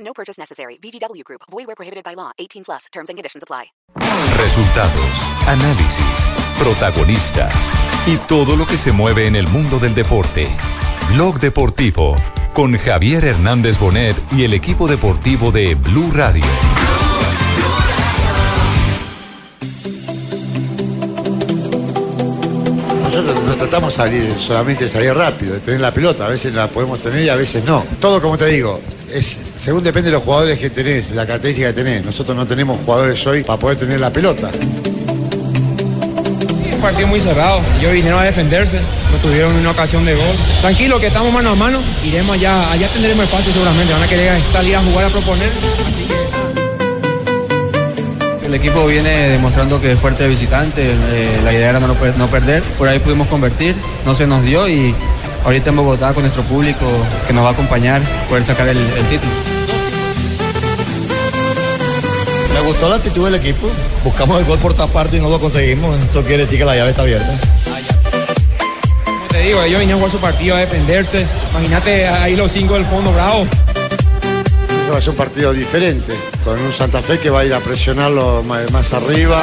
No purchase necessary. VGW Group. Void where prohibited by law. 18 plus. Terms and conditions apply. Resultados, análisis, protagonistas y todo lo que se mueve en el mundo del deporte. Blog Deportivo con Javier Hernández Bonet y el equipo deportivo de Blue Radio. Nosotros nos tratamos de salir, solamente de salir rápido, de tener la pelota. A veces la podemos tener y a veces no. Todo, como te digo, es, según depende de los jugadores que tenés, la característica que tenés. Nosotros no tenemos jugadores hoy para poder tener la pelota. Un partido muy cerrado. Ellos vinieron a defenderse, no tuvieron una ocasión de gol. Tranquilo que estamos mano a mano, iremos allá, allá tendremos espacio seguramente, van a querer salir a jugar a proponer. Así que... El equipo viene demostrando que es fuerte de visitante, eh, la idea era no, per- no perder, por ahí pudimos convertir, no se nos dio y ahorita en Bogotá con nuestro público que nos va a acompañar poder sacar el, el título. Me gustó la actitud del equipo. Buscamos el gol por todas partes y no lo conseguimos. Esto quiere decir que la llave está abierta. Como te digo, ellos vinieron a jugar su partido a defenderse. Imagínate ahí los cinco del fondo, bravo. Eso va a ser un partido diferente, con un Santa Fe que va a ir a presionarlo ma- más arriba.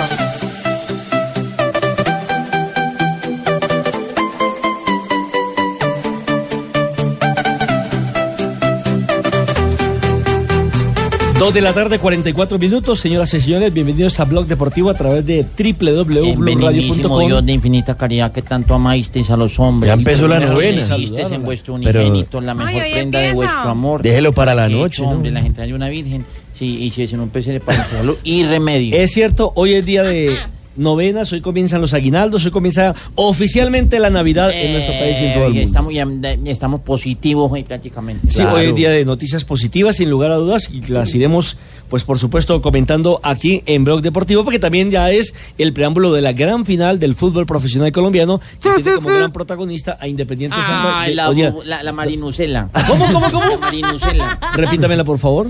Dos de la tarde, 44 minutos. Señoras y señores, bienvenidos a Blog Deportivo a través de Benignísimo Dios www.bluradio.com. de infinita caridad que tanto amasteis a los hombres. Ya empezó la novena. Hicisteis en vuestro Pero- unigénito la mejor hoy prenda de empieza. vuestro amor. Déjelo para la Que hecho noche, ¿no? Hombre, la gente de una virgen. Sí, hiciesen un PCR para su salud y remedio. Es cierto, hoy es día de novenas, hoy comienzan los aguinaldos, hoy comienza oficialmente la Navidad en nuestro país y en todo el Eh, y mundo. estamos, ya- ya estamos positivos hoy prácticamente. Sí, hoy es día de noticias positivas, sin lugar a dudas, y las iremos, pues por supuesto, comentando aquí en Blog Deportivo, porque también ya es el preámbulo de la gran final del fútbol profesional colombiano, que tiene como gran protagonista a Independiente Santa Ah, Fe. la, Oye, bu- la, la marinusela. ¿Cómo, cómo, cómo? La marinusela. Repítamela, por favor.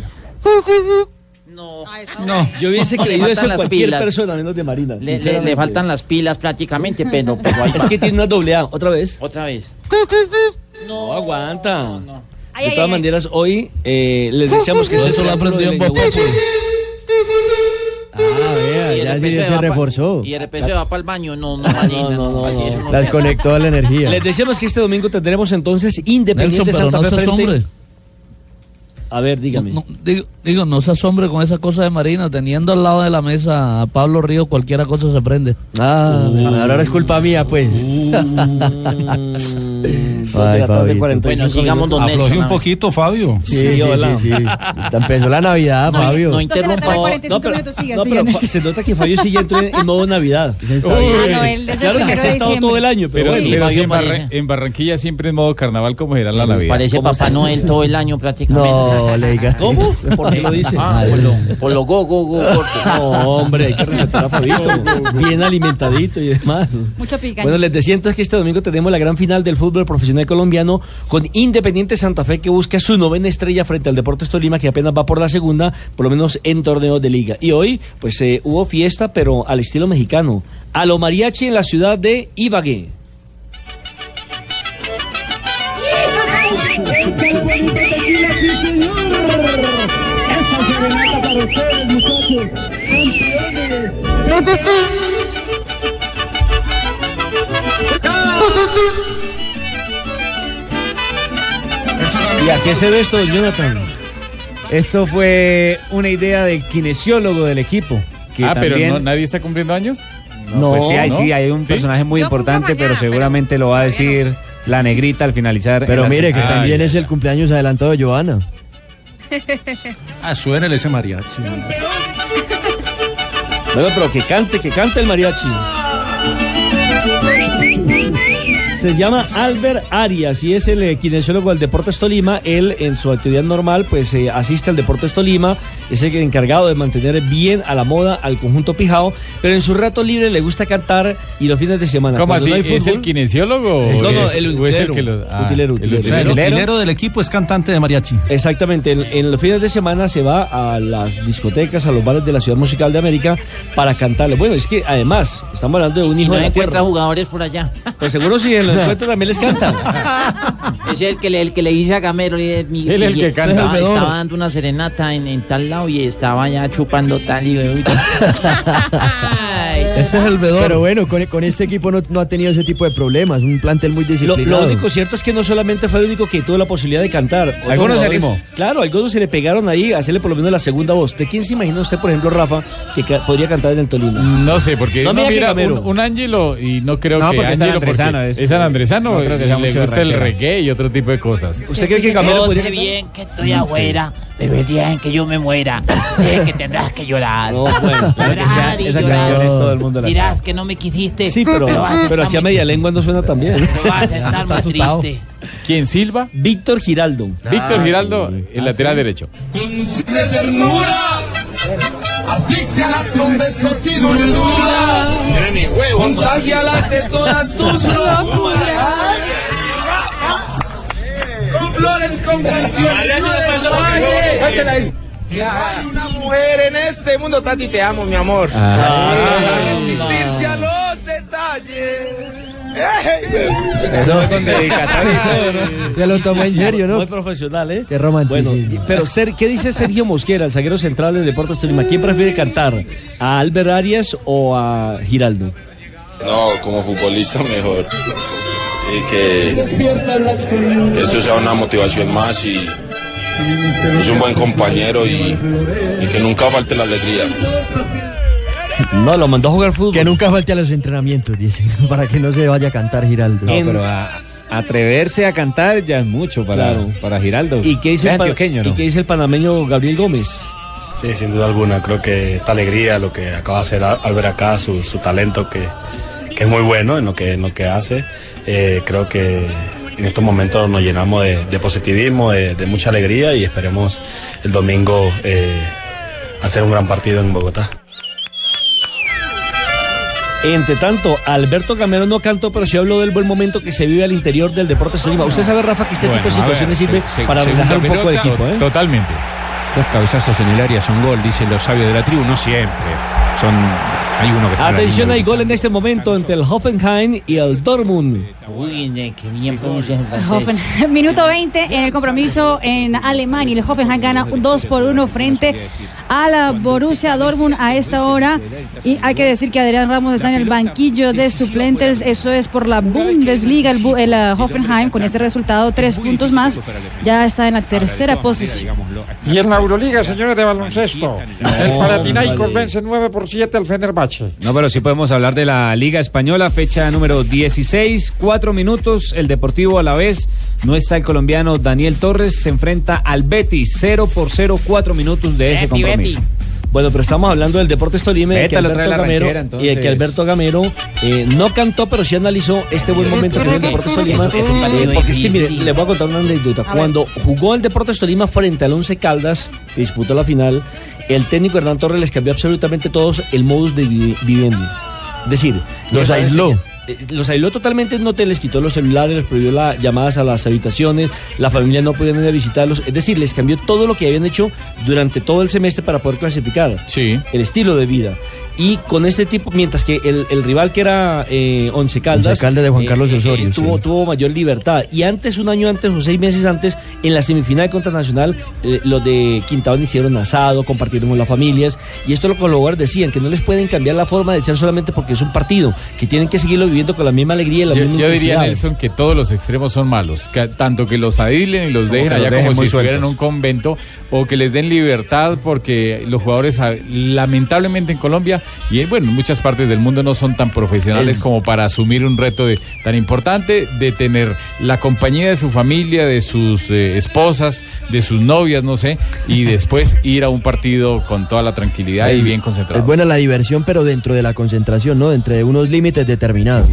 No. Yo hubiese No, le creído eso faltan en las cualquier pilas. persona, menos de Marina. Le- Le, le sinceramente. faltan las pilas prácticamente, pero, pero ahí Es que tiene una doble A, otra vez. Otra vez. No, aguanta. Ay, De ay, todas ay. maneras, hoy eh, les decíamos que... Eso lo aprendió en Voz Ah, vea, Y el ya sí RPC se va pa- reforzó. Y el RPC va para el baño. No, no, Marina, no, no, no, así no. eso no se Las hace. conectó a la energía. Les decíamos que este domingo tendremos entonces Independiente Nelson, pero Santa no Fe se frente- asombre. A ver, dígame. No, digo, digo, no se asombre con esa cosa de Marina. Teniendo al lado de la mesa a Pablo Río, cualquiera cosa se prende. Ah, ahora es culpa mía, pues. Dos de Ay, la tarde, Fabito. 45 Bueno, sigamos, don minutos. Nelson. Afloje un a ver. poquito, Fabio. Sí, sí, sí, sí. Ya Empezó la Navidad, No, Fabio. Dos no de la tarde, interrumpa. 45 No, pero, minutos, sigan, no, pero sigan. Fa- se nota que Fabio sí ya entró en, en modo Navidad. Se está Uy, bien. Ah, no, él desde el claro que primero se de ha estado diciembre. todo el año, pero Pero, bueno. pero Fabio si en, Barra- parece. en Barranquilla siempre en modo carnaval, como será la Navidad? Parece Papá Noel todo el año prácticamente. No, le digas. ¿Cómo? eso. ¿Por qué lo dice? Ah, por lo, por lo go, go, go. porque- No, hombre, hay que respetar a Fabito. Bien alimentadito y demás. Mucha picaña. Bueno, les decía entonces que este domingo tenemos la gran final del fútbol profesional colombiano con Independiente Santa Fe que busca su novena estrella frente al Deportes Tolima que apenas va por la segunda, por lo menos en torneos de liga. Y hoy, pues eh, hubo fiesta, pero al estilo mexicano. A lo mariachi en la ciudad de Ibagué. ¿Y a qué se ve esto, don Jonathan? Esto fue una idea del kinesiólogo del equipo. Que ah, pero también, no, nadie está cumpliendo años. No, pues sí, hay, ¿no? sí, hay un ¿Sí? personaje muy Yo importante, cumplo mañana, pero seguramente pero lo va a todavía decir la negrita al finalizar. Pero el mire que asunto. Ay, también ya. es el cumpleaños adelantado de Joana. Ah, suénele ese mariachi. Bueno, pero que cante, que cante el mariachi. Se llama Albert Arias y es el eh, kinesiólogo del Deportes Tolima. Él, en su actividad normal, pues eh, asiste al Deportes Tolima. Es el encargado de mantener bien a la moda al conjunto Pijao. Pero en su rato libre le gusta cantar y los fines de semana. ¿Cómo cuando así? no hay ¿Es el fútbol- eh, kinesiólogo? o No, no, es- el o es utilero. que lo- ah, Utilero, el utilero. utilero. El utilero del equipo es cantante de mariachi. Exactamente, en, en los fines de semana se va a las discotecas, a los bares de la Ciudad Musical de América para cantarle. Bueno, es que además, estamos hablando de un hijo no de la encuentra tierra. jugadores por allá. Pues seguro si en los encuentros también les cantan. Es el que le, el que le dice a Gamero, le- mi- Él es el mi- que estaba- canta. Estaba, dando una serenata en, en tal lado y estaba ya chupando tal y... uy, Ese es el vedor. Pero bueno, con, con este equipo no, no ha tenido ese tipo de problemas. Un plantel muy Lo, disciplinado. lo único cierto es que no solamente fue el único que tuvo la posibilidad de cantar. Otros Algunos se jugadores- animó. Claro, algunos se le pegaron ahí a hacerle por lo menos la segunda voz. ¿De quién se imagina usted, por ejemplo, Rafa, que ca- podría cantar en el Tolima? No sé, porque No uno me diga que mira un, Gamero. un Ángelo y no creo No, que porque es Ángelo porque sanandresano, es- es sanandresano, no creo que sea le mucho de gusta el ranchera. reggae y otro tipo de cosas. ¿Usted cree que Gamero podría Qué cantar? bien que estoy No sé. afuera, pero el día en que yo me muera, es que tendrás que llorar. No, bueno, claro que sí, Llorar y esa llorar. canción es todo el mundo la Dirás sabe. que no me quisiste. Sí, pero, vas a pero estar así a muy- media lengua no suena tan bien. vas a estar muy triste. Ah, ¿Quién silba? Víctor Giraldo. Víctor Giraldo, el lateral derecho. de ternura, asfixialas con besos y dulzura, contagialas de todas sus locuras. Con flores, con canciones, no desmayes. Cántela ahí. Hay una mujer en este mundo, Tati, te amo, mi amor. Ah. Para resistirse a los detalles. Eso con dedicatoria Ya lo tomó en serio, ¿no? Muy profesional, ¿eh? Qué romanticismo. Bueno, pero Ser- ¿qué dice Sergio Mosquera, el zaguero central del Deportes Tolima? ¿Quién prefiere cantar? ¿A Albert Arias o a Giraldo? No, como futbolista mejor. Y que, que eso sea una motivación más y es un buen compañero y, y que nunca falte la alegría. No, lo mandó a jugar fútbol. Que nunca falte a los entrenamientos, dice. Para que no se vaya a cantar Giraldo. No, pero a- atreverse a cantar ya es mucho para, Claro. para Giraldo. ¿Y qué dice, Es el pa- antioqueño, ¿no? ¿Y qué dice el panameño Gabriel Gómez? Sí, sin duda alguna. Creo que esta alegría, lo que acaba de hacer Al- Albert acá, su, su talento que, que es muy bueno en lo que, en lo que hace, eh, creo que en estos momentos nos llenamos de, de positivismo, de, de mucha alegría y esperemos el domingo eh, hacer un gran partido en Bogotá. Entre tanto, Alberto Camero no cantó, pero sí habló del buen momento que se vive al interior del Deportes Tolima. Usted sabe, Rafa, que este Bueno, tipo de a ver, situaciones sirve se- para segunda relajar un poco el pelota, equipo, ¿eh? Totalmente. Dos cabezazos en el área son gol, dicen los sabios de la tribu, no siempre. Son hay uno que está en la Atención, línea hay gol en este momento entre el Hoffenheim y el Dortmund. Uy, de- qué bien pronuncias el francés. Hoffen- Minuto 20 en el compromiso en Alemania. El Hoffenheim gana 2 por 1 frente a la Borussia Dortmund a esta hora. Y hay que decir que Adrián Ramos está en el banquillo de suplentes. Eso es por la Bundesliga. El, Bu- el, eh, Hoffenheim con este resultado, tres puntos más. Ya está en la tercera posición. Y en la Euroliga, señores de baloncesto, el Paratinaicos vale. vence 9 por 7 al Fenerbahce. No, pero sí podemos hablar de la Liga Española, fecha número 16, cuatro minutos, el Deportivo a la vez, no está el colombiano Daniel Torres, se enfrenta al Betis, 0 por 0, cuatro minutos de ese Betis, compromiso. Bueno, pero estamos hablando del Deportes Tolima y de que Métalo, trae Alberto la ranchera, Gamero, y de que entonces. Alberto Gamero eh, no cantó, pero sí analizó este buen momento que tiene el Deportes Tolima. eh, porque es que, mire, les voy a contar una anécdota. ver. Cuando jugó el Deportes Tolima frente al Once Caldas, que disputó la final, el técnico Hernán Torres les cambió absolutamente todos el modus de vi- vivendi. Es decir, Los les aisló. eh, Los aisló totalmente en un hotel, les quitó los celulares, les prohibió las llamadas a las habitaciones, la familia no podía ir a visitarlos, es decir, les cambió todo lo que habían hecho durante todo el semestre para poder clasificar el estilo de vida. Y con este tipo, mientras que el, el rival que era eh, Once Caldas, eh, Once Caldas de Juan Carlos Osorio, tuvo, sí. tuvo mayor libertad. Y antes, un año antes o seis meses antes, en la semifinal contra Nacional, eh, los de Quintabán hicieron asado, compartieron con las familias. Y esto lo que los jugadores decían, que no les pueden cambiar la forma de ser solamente porque es un partido, que tienen que seguirlo viviendo con la misma alegría y la Yo, misma yo diría, intensidad. Nelson, que todos los extremos son malos. que- tanto que los adilen y los Como dejen que los allá dejen como si muy estuvieran en sueltos. un convento, o que les den libertad porque los jugadores, ah, lamentablemente en Colombia y en, bueno, en muchas partes del mundo no son tan profesionales El- como para asumir un reto de- tan importante de tener la compañía de su familia, de sus eh, esposas, de sus novias, no sé, y después ir a un partido con toda la tranquilidad y bien concentrado. Es buena la diversión, pero dentro de la concentración, ¿no? Entre unos límites determinados.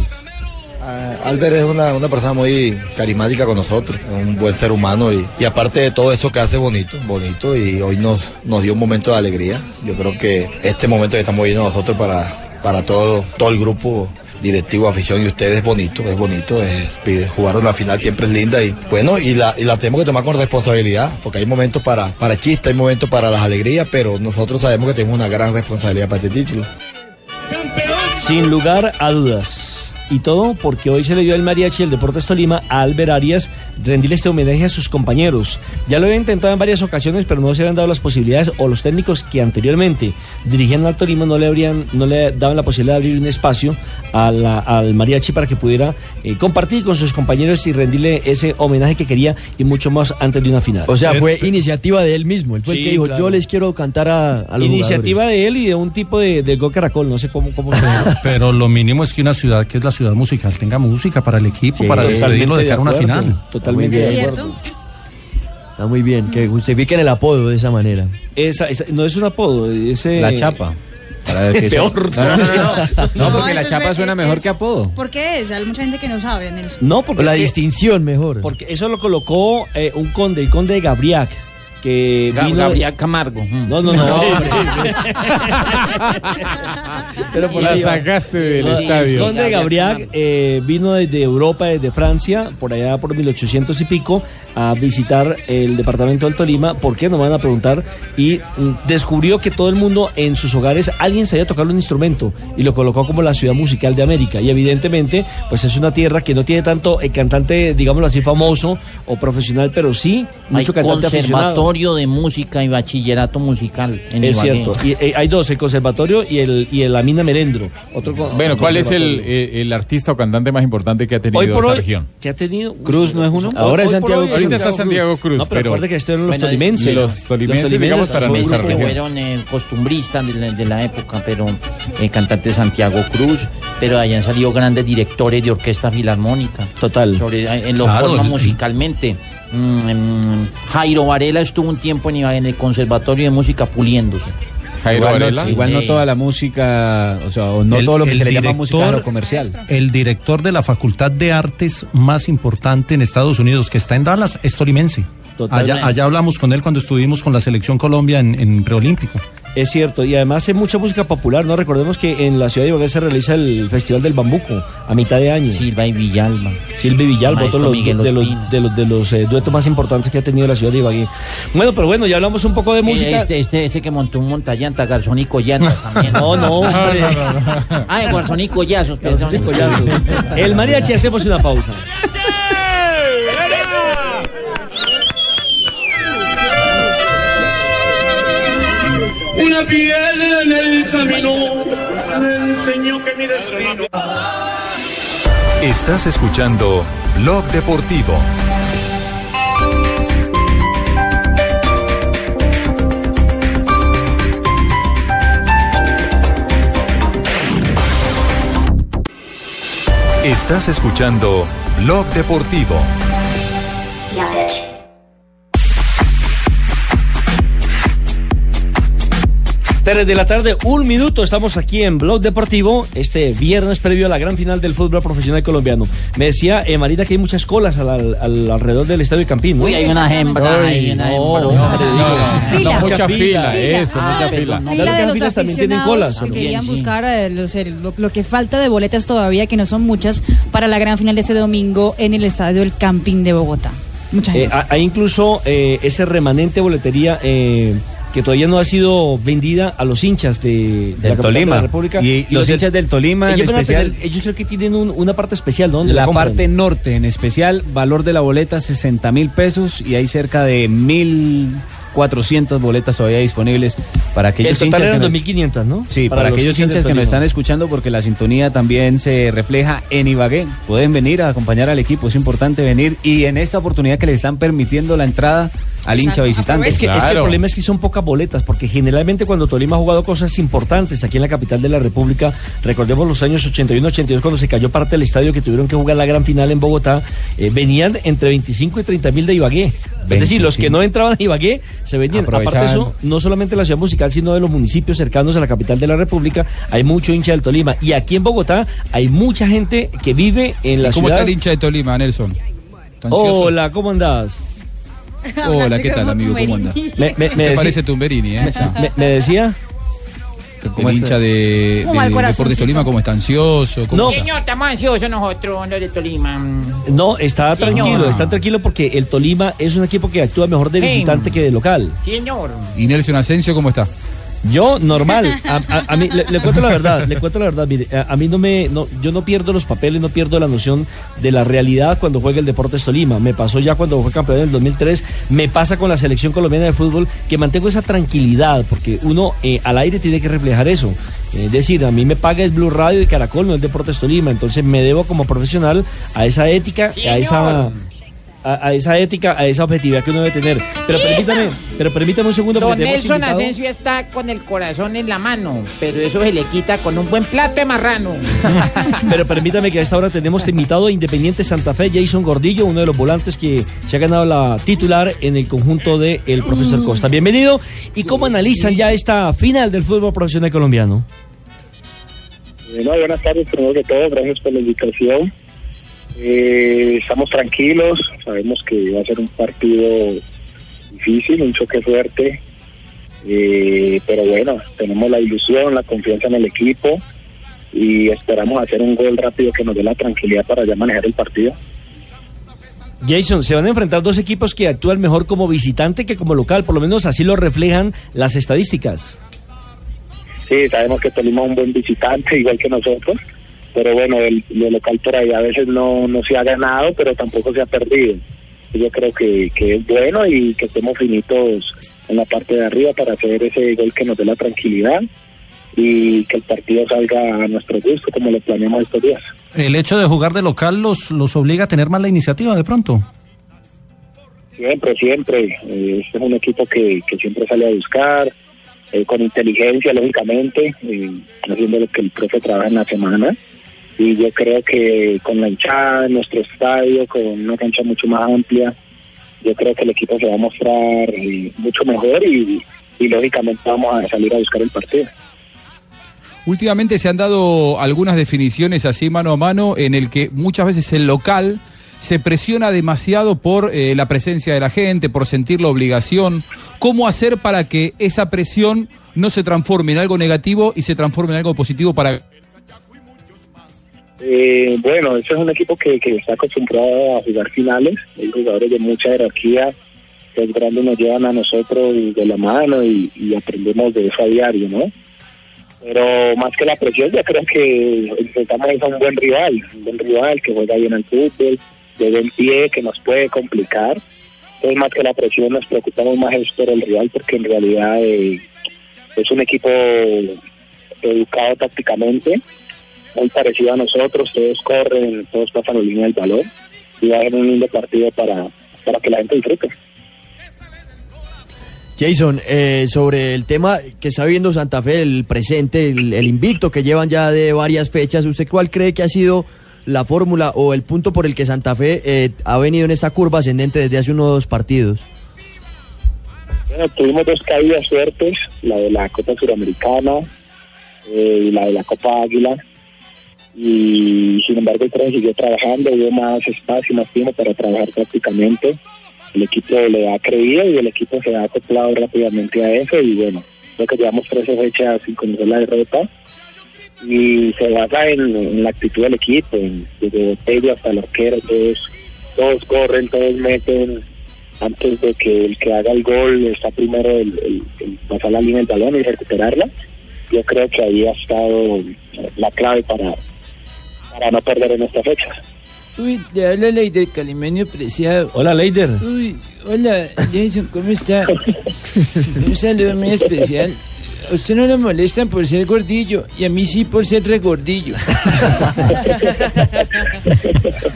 Ah, Albert es una, una persona muy carismática con nosotros, es un buen ser humano y, y aparte de todo eso que hace bonito, bonito y hoy nos, nos dio un momento de alegría. Yo creo que este momento que estamos viviendo nosotros para, para todo, todo el grupo directivo, afición y ustedes es bonito, es bonito, es, es- jugar una final siempre es linda y bueno, y la, y la tenemos que tomar con responsabilidad, porque hay momentos para, para chistes, hay momentos para las alegrías, pero nosotros sabemos que tenemos una gran responsabilidad para este título. Sin lugar a dudas. Y todo porque hoy se le dio el mariachi del Deportes Tolima a Albert Arias rendirle este homenaje a sus compañeros. Ya lo había intentado en varias ocasiones, pero no se habían dado las posibilidades o los técnicos que anteriormente dirigían al Tolima no le, habrían, no le daban la posibilidad de abrir un espacio a la- al mariachi para que pudiera eh, compartir con sus compañeros y rendirle ese homenaje que quería y mucho más antes de una final. O sea, fue iniciativa de él mismo. Él fue Eh, Sí, el que dijo, claro. yo les quiero cantar a, a los Iniciativa de él y de un tipo de, de Gol Caracol, no sé cómo, cómo se llama. Pero lo mínimo es que una ciudad que es la ciudad musical tenga música para el equipo, para despedirlo de cara a una final. Totalmente. Es Está muy bien, que justifiquen el apodo de esa manera. Esa- esa- no es un apodo, es... eh, La chapa. Para que eso- Peor. No, no, no, no, no. No, No, eso porque la es chapa ver- suena mejor que apodo. ¿Por qué es? Hay mucha gente que no sabe, Nelson. No, porque... La distinción mejor. Porque eso lo colocó eh, un conde, el conde de Gabriac. Que Ga- vino- Gabriel Camargo. No, no, no. Pero por La ahí va. sacaste del Sí, El estadio. conde Gabriel Gabriel Camargo. eh, vino desde Europa, desde Francia, por allá por 1800 y pico, a visitar el departamento del Tolima. ¿Por qué? Nos van a preguntar. Y mm, descubrió que todo el mundo en sus hogares, alguien sabía tocar un instrumento y lo colocó como la ciudad musical de América. Y evidentemente, pues es una tierra que no tiene tanto eh, cantante, digámoslo así, famoso o profesional, pero sí mucho Hay cantante aficionado. conservatorio de música y bachillerato musical. En Es Ibagué. cierto. Y, eh, hay dos, el conservatorio y el y el la mina merendro. Otro co- Bueno, ¿cuál es el, conservatorio. eh, el artista o cantante más importante que ha tenido Hoy por esa hoy, región? que ha tenido? Cruz no es uno. Ahora es Santiago Cruz. Ahorita está Santiago Cruz, No, pero, pero- acuérdate que esto eran los Bueno, tolimenses. los tolimenses, Los digamos, para fue un nuestra grupo. que región. fueron eh, costumbristas de la, de la época, pero el cantante Santiago Cruz, pero de allá han salido grandes directores de orquesta filarmónica. eh, Total. en lo Claro, forma el- musicalmente. Mm, em, Jairo Varela estuvo un tiempo en, Ibagué, en el Conservatorio de Música puliéndose. igual, no, Sí. igual no Eh, toda la música, o sea, o no El- todo lo que el se le llama música a lo director- comercial. El director de la Facultad de Artes más importante en Estados Unidos, que está en Dallas, es tolimense. Totalmente. Allá, allá hablamos con él cuando estuvimos con la selección Colombia en, en preolímpico. Es cierto, y además hace mucha música popular, ¿no? Recordemos que en la ciudad de Ibagué se realiza el Festival del Bambuco a mitad de año. Silva y Villalba. Silva y Villalba, otro Maestro de los- Miguel de los, Ospina. de los, de los, eh, duetos más importantes que ha tenido la ciudad de Ibagué. Bueno, pero bueno, ya hablamos un poco de música. Este, este, ese que montó un montañanta, Garzón y Collantas también. No, no, hombre. Ah, de Garzón y Collazos, perdón. El mariachi, hacemos una pausa. Una piedra en el camino me enseñó que mi destino. Estás escuchando Blog Deportivo. Estás escuchando Blog Deportivo. Tres de la tarde, un minuto, estamos aquí en Blog Deportivo, este viernes previo a la gran final del fútbol profesional colombiano. Me decía eh, Marita que hay muchas colas al, al- al- alrededor del Estadio Campín. ¿no? Uy, hay una hembra, hay una no, hembra. hombre, digo. eh. Fila. eh. Mucha fila, eso, mucha fila. Fila Las de los filas también tienen aficionados colas. que ¿no? querían buscar eh, los- el- lo, lo que falta de boletas todavía, que no son muchas, para la gran final de este domingo en el estadio El Camping de Bogotá. Mucha Eh, gente. ha- hay incluso eh, ese remanente boletería eh, que todavía no ha sido vendida a los hinchas de, de la capital Tolima. de la República. Y- los hinchas del Tolima en ellos van a especial. tener- ellos creo Eh, que tienen un- una parte especial, ¿no? Donde La compran. parte norte en especial, valor de la boleta 60 mil pesos y hay cerca de 1.400 boletas todavía disponibles para El aquellos total hinchas que eran nos- 2.500, ¿no? Sí, para, los aquellos hinchas del que nos Tolima. están escuchando, porque la sintonía también se refleja en Ibagué. Pueden venir a acompañar al equipo, es importante venir. Y en esta oportunidad que le están permitiendo la entrada al hincha visitante. Es que, es que el problema es que son pocas boletas, porque generalmente cuando Tolima ha jugado cosas importantes aquí en la capital de la República, recordemos los años 81-82 cuando se cayó parte del estadio que tuvieron que jugar la gran final en Bogotá, eh, venían entre 25 y 30 mil de Ibagué. Es decir, los que no entraban a Ibagué se venían. Aparte de eso, no solamente de la ciudad musical, sino de los municipios cercanos a la capital de la República, hay mucho hincha del Tolima. Y aquí en Bogotá hay mucha gente que vive en la ¿Cómo ciudad. está el hincha de Tolima, Nelson? ¿Está ansioso? Hola, ¿cómo andás? Hola, ¿qué tal, amigo? ¿Cómo andás? Me, me- me ¿Te decí- parece Tumberini, eh? me- me decía? Como hincha de, ¿Cómo de al Deportes corazoncito? Tolima, ¿cómo está ansioso? ¿Cómo está? Señor, estamos ansiosos nosotros, los de Tolima. No, está tranquilo, no. está tranquilo porque el Tolima es un equipo que actúa mejor de Sí. visitante que de local. Señor. ¿Y Nelson Asensio cómo está? Yo, normal. A, a- a mí, le, le cuento la verdad, le cuento la verdad. Mire, a, a mí no me. No, yo no pierdo los papeles, no pierdo la noción de la realidad cuando juega el Deportes Tolima. Me pasó ya cuando fue campeón en el 2003. Me pasa con la selección colombiana de fútbol que mantengo esa tranquilidad porque uno eh, al aire tiene que reflejar eso. Es decir, a mí me paga el Blue Radio y Caracol, no el Deportes Tolima. Entonces me debo como profesional a esa ética, a esa. A, a esa ética, a esa objetividad que uno debe tener. Pero permítame, pero permítame un segundo. Don porque tenemos Nelson pues, invitado. Asensio está con el corazón en la mano, pero eso se le quita con un buen plato de marrano. Pero permítame que a esta hora tenemos invitado a Independiente Santa Fe, Jason Gordillo, uno de los volantes que se ha ganado la titular en el conjunto del el profesor Costa. Bienvenido. ¿Y cómo analizan ya esta final del fútbol profesional colombiano? Eh, no, buenas tardes, primero que todo, gracias por la invitación. Eh, estamos tranquilos, sabemos que va a ser un partido difícil, un choque fuerte, eh, pero bueno, tenemos la ilusión, la confianza en el equipo y esperamos hacer un gol rápido que nos dé la tranquilidad para ya manejar el partido. Jason, se van a enfrentar dos equipos que actúan mejor como visitante que como local, por lo menos así lo reflejan las estadísticas. Sí, sabemos que Tolima es un buen visitante, igual que nosotros, pero bueno, el, lo local por ahí a veces no, no se ha ganado, pero tampoco se ha perdido. Yo creo que, que es bueno y que estemos finitos en la parte de arriba para hacer ese gol que nos dé la tranquilidad y que el partido salga a nuestro gusto como lo planeamos estos días. El hecho de jugar de local los, los obliga a tener más la iniciativa de pronto. Siempre, siempre. Eh, Este es un equipo que, que siempre sale a buscar, eh, con inteligencia, lógicamente, eh, haciendo lo que el profe trabaja en la semana. Y yo creo que con la hinchada en nuestro estadio, con una cancha mucho más amplia, yo creo que el equipo se va a mostrar eh, mucho mejor y, y lógicamente vamos a salir a buscar el partido. Últimamente se han dado algunas definiciones así mano a mano en el que muchas veces el local se presiona demasiado por eh, la presencia de la gente, por sentir la obligación. ¿Cómo hacer para que esa presión no se transforme en algo negativo y se transforme en algo positivo para Eh, bueno, este es un equipo que, que está acostumbrado a jugar finales. Hay jugadores de mucha jerarquía. Los grandes nos llevan a nosotros de la mano y, y aprendemos de eso a diario, ¿no? Pero más que la presión, yo creo que enfrentamos a un buen rival, un buen rival que juega bien al fútbol, de buen pie, que nos puede complicar. Entonces, más que la presión, nos preocupamos más es por el rival, porque en realidad eh, es un equipo educado tácticamente muy parecido a nosotros, todos corren, todos pasan la línea del valor y va a ser un lindo partido para, para que la gente disfrute. Jason, eh, sobre el tema que está viviendo Santa Fe, el presente, el, el invicto que llevan ya de varias fechas, ¿usted cuál cree que ha sido la fórmula o el punto por el que Santa Fe eh, ha venido en esta curva ascendente desde hace unos partidos? Bueno, tuvimos dos caídas fuertes, la de la Copa Suramericana eh, y la de la Copa Águila. Y sin embargo el profe siguió trabajando, hubo más espacio, más tiempo para trabajar prácticamente. El equipo le ha creído y el equipo se ha acoplado rápidamente a eso. Y bueno, creo que llevamos 13 fechas sin conocer la derrota. Y se basa en, en la actitud del equipo, en- desde Botella hasta el arquero, todos, todos corren, todos meten, antes de que el que haga el gol está primero el, el- el pasar la línea del balón y recuperarla. Yo creo que ahí ha estado la clave para, para no perder en esta fecha. Uy, le habla Leider Calimenio Preciado. Hola, Leider. Uy, hola, Jason, ¿cómo está? Un saludo muy especial a usted no lo molestan por ser gordillo y a mí sí por ser regordillo.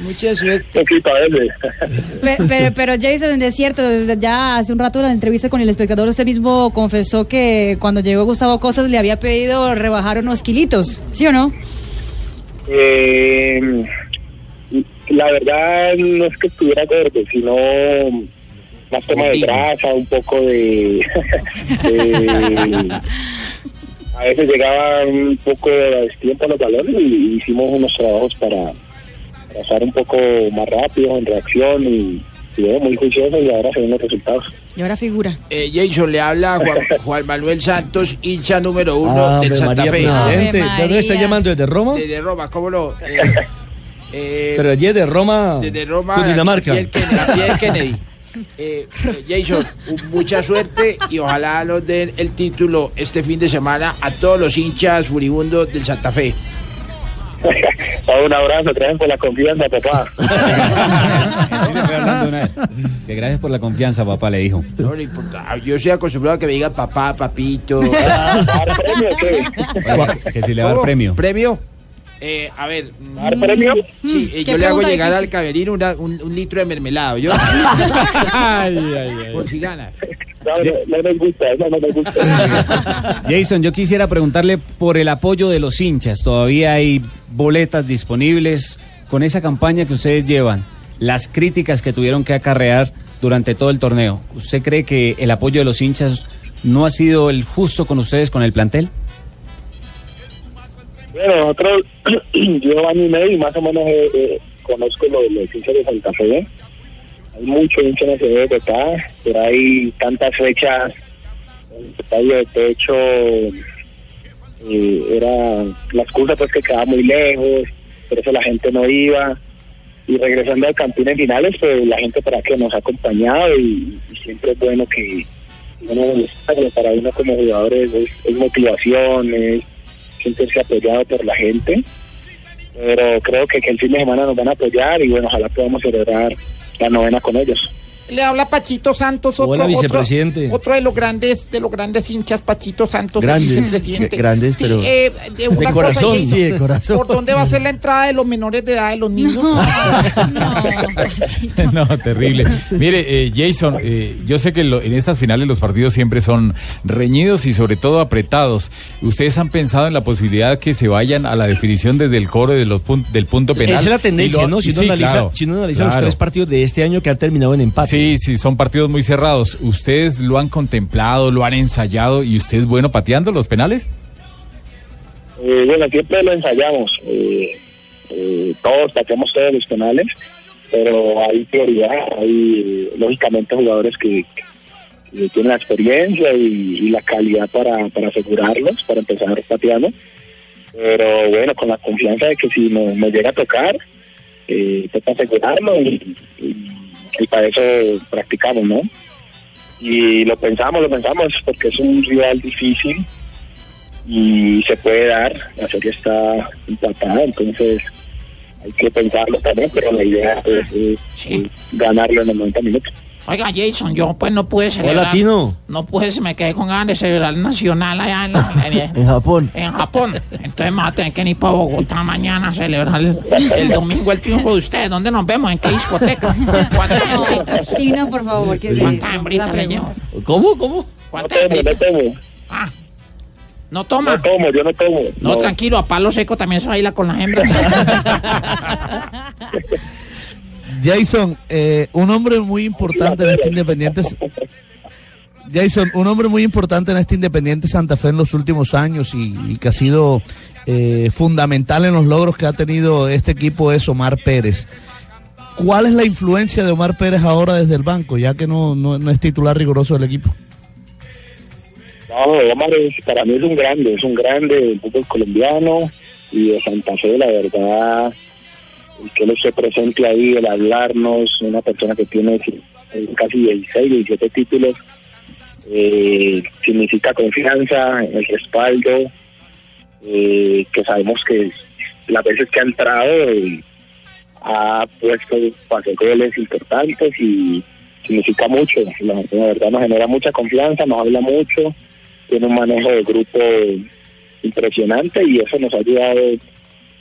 Mucha suerte. Pe- Pero, pero Jason, es cierto, desde ya hace un rato en la entrevista con el espectador, usted mismo confesó que cuando llegó Gustavo Cosas le había pedido rebajar unos kilitos, ¿sí o no? Eh, la verdad no es que estuviera gordo, sino más tema de grasa, un poco de... de- a veces llegaba un poco de tiempo a los balones y hicimos unos trabajos para pasar un poco más rápido en reacción y, y bueno, muy juiciosos y ahora se ven los resultados. Y ahora figura. Eh, Jason, le habla Juan, Juan Manuel Santos, hincha número uno Ah, del Ave María, Santa Fe. presidente. Ave ¿De dónde está María. llamando? ¿Desde Roma? Desde Roma, ¿cómo lo...? Eh, Pero ayer de Roma, Desde Roma, Cundinamarca. aquí el Kennedy. aquí el Kennedy. Eh, eh, Jason, u- mucha suerte y ojalá nos den el título este fin de semana a todos los hinchas furibundos del Santa Fe. Un abrazo, gracias por la confianza, papá. Que gracias por la confianza, papá, le dijo. No le importa. Yo soy acostumbrado a que me digan papá, papito. Oiga, que si le va a dar ¿Cómo? premio. ¿Premio? Eh, a ver. dar premio? Sí, eh, ¿Qué yo le hago pregunta llegar difícil? al camerino una- un, un litro de mermelada, ¿yo? Ay, ay, ay. Por si gana. No, no, no nos gusta, eso no nos gusta. Jason, yo quisiera preguntarle por el apoyo de los hinchas. Todavía hay boletas disponibles con esa campaña que ustedes llevan, las críticas que tuvieron que acarrear durante todo el torneo. ¿Usted cree que el apoyo de los hinchas no ha sido el justo con ustedes, con el plantel? Bueno, nosotros, yo año y medio y más o menos eh, eh, conozco lo de los hinchas de Santa Fe. Hay muchos hinchas en la ciudad de Bogotá, pero hay tantas fechas. El estadio de hecho eh, era la excusa pues que quedaba muy lejos, por eso la gente no iba. Y regresando al Campín en finales, pues la gente para que nos ha acompañado y, y siempre es bueno que uno en el estadio, para uno como jugadores es, es motivación, es sentirse apoyado por la gente. Pero creo que, que el fin de semana nos van a apoyar y bueno, ojalá podamos celebrar la novena con ellos. Le habla Pachito Santos, otro, Hola, otro- vicepresidente. Otro, de los grandes, de los grandes hinchas, Pachito Santos. Grandes, vicepresidente. gr- grandes, Sí, pero- eh, de, una cosa, Jason, Sí, de corazón. ¿Por dónde va a ser la entrada de los menores de edad de los niños? no, pues. terrible. Mire, eh, Jason, eh, yo sé que lo- en estas finales los partidos siempre son reñidos y sobre todo apretados. ¿Ustedes han pensado en la posibilidad que se vayan a la definición desde el coro de los pun- del punto penal? Esa es la tendencia, Y lo- ¿no? Si uno sí, analiza, claro, si uno analiza los claro. tres partidos de este año que han terminado en empate. Sí, sí, son partidos muy cerrados. ¿Ustedes lo han contemplado, lo han ensayado y usted es bueno pateando los penales? Eh, bueno, siempre lo ensayamos. eh, eh, todos pateamos todos los penales, pero hay prioridad, hay eh, lógicamente jugadores que, que tienen la experiencia y, y la calidad para, para asegurarlos, para empezar pateando. Pero bueno, con la confianza de que si nos, nos llega a tocar, eh, toca asegurarlo y, y- y para eso practicamos, ¿no? Y lo pensamos, lo pensamos, porque es un rival difícil y se puede dar, la serie está empatada, entonces hay que pensarlo también, pero la idea es, es- es ganarlo en los 90 minutos. Oiga, Jason, yo pues no pude celebrar. Tino. No pude, se me quedé con ganas de celebrar el Nacional allá en, la- en- En Japón. en Japón. Entonces me va a tener que ir para Bogotá mañana a celebrar el, el domingo el triunfo de ustedes. ¿Dónde nos vemos? ¿En qué discoteca? Tino, por favor, que sí. ¿Cuántas hembritas le llevo? ¿Cómo? ¿Cómo? No tomo, no tomo. Ah, ¿No toma? No tomo, yo no tomo. No, tranquilo, a palo seco también se baila con las hembras. Jason, eh, un hombre muy importante en este Independiente. Jason, un hombre muy importante en este Independiente Santa Fe en los últimos años y, y que ha sido eh, fundamental en los logros que ha tenido este equipo es Omar Pérez. ¿Cuál es la influencia de Omar Pérez ahora desde el banco, ya que no, no- no es titular riguroso del equipo? No, Omar es- para mí es un grande, es un grande del fútbol colombiano y de Santa Fe, la verdad, el que él esté presente ahí, el hablarnos, una persona que tiene eh, casi 16, 17 títulos, eh, significa confianza, el respaldo, eh, que sabemos que las veces que ha entrado eh, ha puesto pase goles importantes y significa mucho, la, la verdad nos genera mucha confianza, nos habla mucho, tiene un manejo de grupo impresionante y eso nos ha ayudado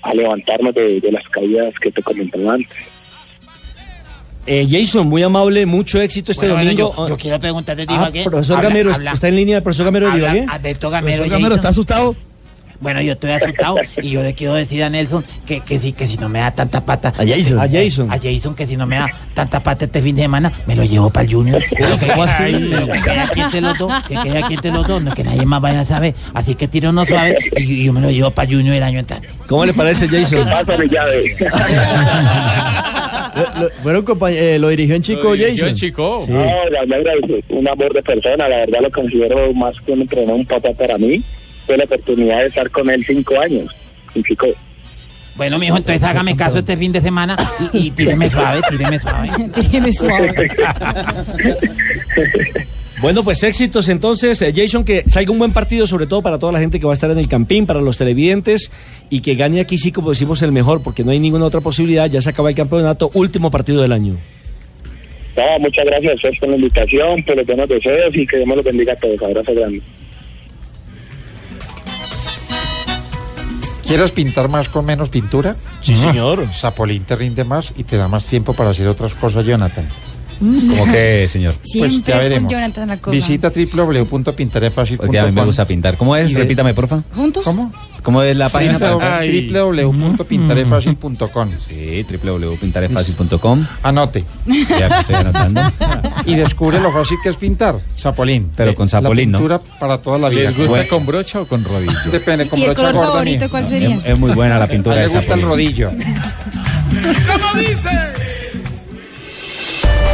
a levantarnos de, de las caídas que te comentaba antes. Eh, Jason, muy amable, mucho éxito este Bueno, bueno, domingo. yo- yo quiero preguntarle, Ah, Diego, ¿qué? profesor Habla- Gamero, habla- ¿está en línea el profesor Gamero de Habla Ibagué? Alberto Gamero. Profesor Gamero, ¿está asustado? Bueno, yo estoy asustado y yo le quiero decir a Nelson que, que, si, que si no me da tanta pata. A Jason. A Jason. que si no me da tanta pata este fin de semana, me lo llevo para el Junior. Pero que, ¿Cómo así? pero que quede aquí entre los dos, que quede aquí entre los dos, no que nadie más vaya a saber. Así que tiro no suave y, yo- yo me lo llevo para Junior el año entrante. ¿Cómo le parece, Jason? Lo, lo- fueron compa- eh, lo dirigió en Chico Jason. Sí. Ah, No, Gabriel es un amor de persona, la verdad lo considero más que un entrenador, un papá para mí. Fue la oportunidad de estar con él cinco años. Y chico, Bueno, mijo, entonces hágame caso este fin de semana y, y tíreme suave, tíreme suave. Déjeme suave. Bueno, pues éxitos entonces, eh, Jason, que salga un buen partido, sobre todo para toda la gente que va a estar en el campín, para los televidentes, y que gane aquí sí, como decimos, el mejor, porque no hay ninguna otra posibilidad, ya se acaba el campeonato, último partido del año. no, muchas gracias a ustedes por la invitación, por los buenos deseos y que Dios me los bendiga a todos. Abrazo grande. ¿Quieres pintar más con menos pintura? Sí, señor. Sapolín te rinde más y te da más tiempo para hacer otras cosas, Jonathan. ¿Cómo que, pues, señor? Siempre es con Jonathan la cosa. Visita www.pintarefacil.com Porque a mí me gusta pintar. ¿Cómo es? Y de- Repítame, porfa. ¿Juntos? ¿Cómo? ¿Cómo es la página? para- www.pintarefacil.com Sí, www.pintarefacil.com. Anote. Ya que estoy anotando. Y descubre lo fácil que es pintar. Sapolín. Pero con Sapolín, La ¿no? pintura para toda la vida. ¿Les gusta Bueno. con brocha o con rodillo? Depende, con ¿Y el brocha color gorda, favorito ni- cuál no, sería? es- es muy buena la pintura de Le gusta el Sapolín. rodillo.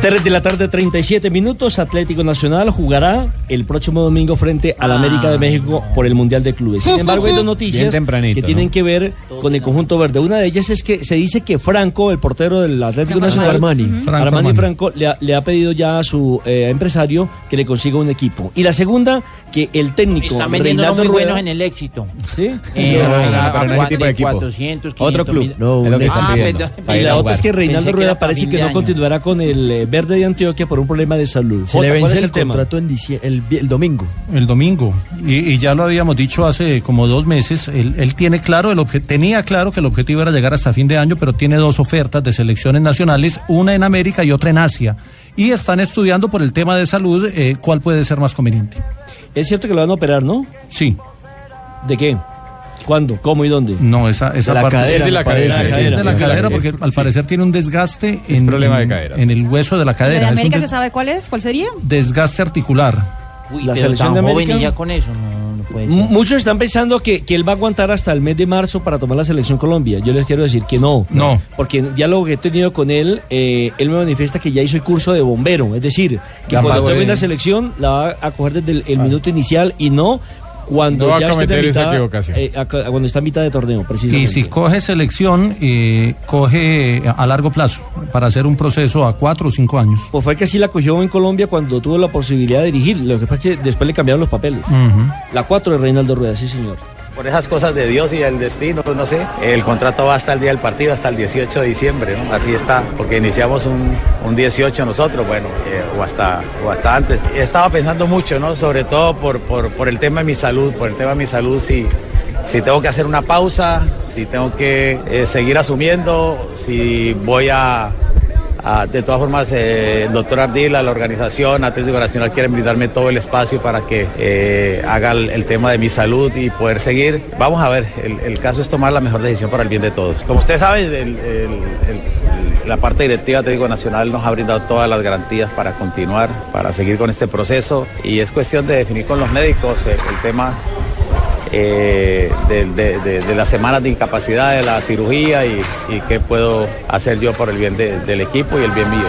3 de la tarde, 37 minutos. Atlético Nacional jugará el próximo domingo frente al Ah. América de México por el Mundial de Clubes. Sin embargo, hay dos Bien noticias tempranito, que ¿no? tienen que ver con el conjunto verde. Una de ellas es que se dice que Franco, el portero del Atlético Franco Nacional, Armani. Ujú. Franco Armani Armani. Franco, le ha, le ha pedido ya a su eh, empresario que le consiga un equipo. Y la segunda, que el técnico. Están vendiendo Reinaldo muy Rueda- buenos en el éxito. ¿Sí? No, Eh, a- no, a- pero no a ese tipo de equipo. 400, Otro 500 club. mil. No, un equipo. Ah, pidiendo. perdón. Y pues, la otra es que Pensé Reinaldo era Rueda para parece fin que de no año. continuará con el eh, Verde de Antioquia por un problema de salud. Se Jota, le ¿cuál vence es el, tema? contrato en dicie- el, vi- el domingo. El domingo. Y, y ya lo habíamos dicho hace como dos meses. Él, él tiene claro, el obje- tenía claro que el objetivo era llegar hasta fin de año, pero tiene dos ofertas de selecciones nacionales, una en América y otra en Asia. Y están estudiando por el tema de salud eh, cuál puede ser más conveniente. Es cierto que lo van a operar, ¿no? Sí. ¿De qué? ¿Cuándo? ¿Cómo y dónde? No, esa, esa parte Es de la cadera. Es de la cadera porque al parecer tiene un desgaste en, problema de en- caderas. en el hueso de ¿La la de cadera. Es un América se des- sabe cuál es? ¿Cuál sería? Eh. desgaste articular. Uy, La pero selección tan de joven América. y ya con eso, no, no puede M- ser. Muchos están pensando que, que él va a aguantar hasta el mes de marzo para tomar la selección Colombia. Yo les quiero decir que no. No. Porque en diálogo que he tenido con él, eh, él me manifiesta que ya hizo el curso de bombero. Es decir, que Ya cuando maduré. tome la selección la va a coger desde el, el minuto inicial y no cuando Ah. No va ya a esté en la cometer esa mitad, equivocación. eh, a- a- cuando está en mitad de torneo, precisamente. Y si coge selección, eh, coge a largo plazo para hacer un proceso a cuatro o cinco años. Pues fue que así la cogió en Colombia cuando tuvo la posibilidad de dirigir. Lo que pasa es que después le cambiaron los papeles. La 4 de Reinaldo Rueda, sí, señor. Por esas cosas de Dios y el destino, no sé, el contrato va hasta el día del partido, hasta el 18 de diciembre, ¿no? Así está, porque iniciamos un, un 18 nosotros, bueno, eh, o, hasta, o hasta antes. Estaba pensando mucho, ¿no? Sobre todo por, por, por el tema de mi salud, por el tema de mi salud, si, si tengo que hacer una pausa, si tengo que eh, seguir asumiendo, si voy a, Ah, de todas formas, eh, el doctor Ardila, la organización Atlético Nacional quieren brindarme todo el espacio para que eh, haga el, el tema de mi salud y poder seguir. Vamos a ver, el, el caso es tomar la mejor decisión para el bien de todos. Como ustedes saben, el- el- el- la parte directiva de Atlético Nacional nos ha brindado todas las garantías para continuar, para seguir con este proceso y es cuestión de definir con los médicos eh, el tema eh, de, de- de- de las semanas de incapacidad, de la cirugía y, y qué puedo hacer yo por el bien de- del equipo y el bien mío.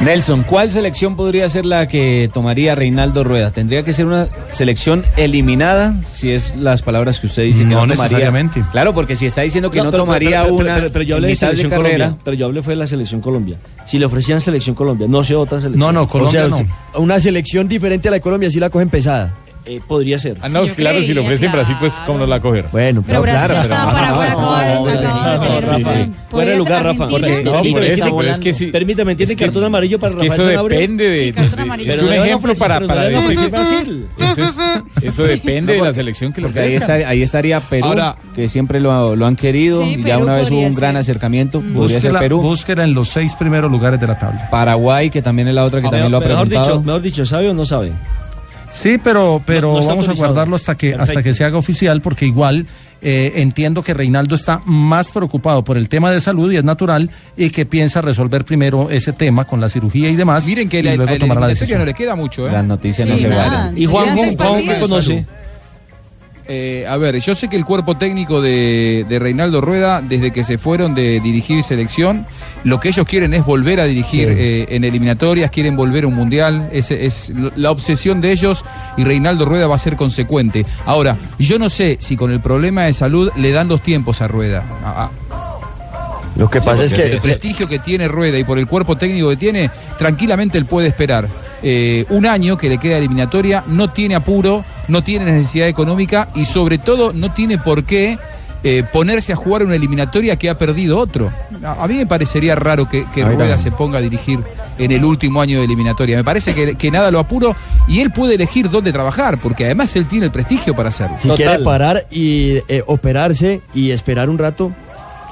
Nelson, ¿cuál selección podría ser la que tomaría Reinaldo Rueda? ¿Tendría que ser una selección eliminada, si es las palabras que usted dice que no No tomaría? necesariamente. Claro, porque si está diciendo que no, pero- pero- tomaría pero- una pero- pero yo hablé en de mitad de, selección carrera... Colombia, pero yo hablé fue de la selección Colombia. Si le ofrecían selección Colombia, no sé otra selección. O sea, Una selección diferente a la de Colombia, sí la cogen pesada. Eh, podría ser. Ah, no, claro, si lo ofrecen Brasil, pues cómo no la va a coger. Bueno, pero Brasil ya estaba Paraguay, acaba de- acaba de tener razón. Fuera de lugar, Rafa. Correcto. No, Sí, por pero es que- eso, pero es que sí. Permítame, tiene Es que- cartón amarillo para es que eso Pues Rafael Sanabria? depende de- Sí, cartón de- amarillo. es Pero un no le van a ejemplo ofrecer, para- pero no para le van a decir- ofrecer Brasil. Eso, es- eso depende de la selección que lo Porque ahí, ofrezcan. está- ahí estaría Perú, Ahora- que siempre lo, lo han querido. Sí, y ya Perú una vez hubo podría un gran ser. acercamiento. Mm. Podría ser Búsquela, Perú. búsquela en los seis primeros lugares de la tabla. Paraguay, que también es la otra que Ah, también lo ha mejor- mejor preguntado. dicho, Mejor dicho, ¿sabe o no sabe? Sí, pero, pero No, no está vamos a autorizado. guardarlo hasta que, hasta que se haga oficial, porque igual eh, entiendo que Reinaldo está más preocupado por el tema de salud y es natural, y que piensa resolver primero ese tema con la cirugía y demás. Miren que y la- luego al tomará la eliminatoria decisión. no le queda mucho, ¿eh? Las noticias no se van. Sí, Juan, hace Juan, partido. Juan, ¿qué conoce? Eh, a ver, yo sé que el cuerpo técnico de, de Reinaldo Rueda, desde que se fueron de dirigir selección, lo que ellos quieren es volver a dirigir eh, en eliminatorias, quieren volver a un mundial, es, es lo- la obsesión de ellos y Reinaldo Rueda va a ser consecuente. Ahora, yo no sé si con el problema de salud le dan los tiempos a Rueda. A- a- Lo que pasa es porque que el prestigio que tiene Rueda y por el cuerpo técnico que tiene, tranquilamente él puede esperar. Eh, un año que le queda de eliminatoria, no tiene apuro, no tiene necesidad económica y sobre todo no tiene por qué eh, ponerse a jugar una eliminatoria que ha perdido otro. A, a mí me parecería raro que, que A mí Rueda también. se ponga a dirigir en el último año de eliminatoria. Me parece que, que nada lo apuro y él puede elegir dónde trabajar, porque además él tiene el prestigio para hacerlo. si quiere parar y eh, operarse y esperar un rato,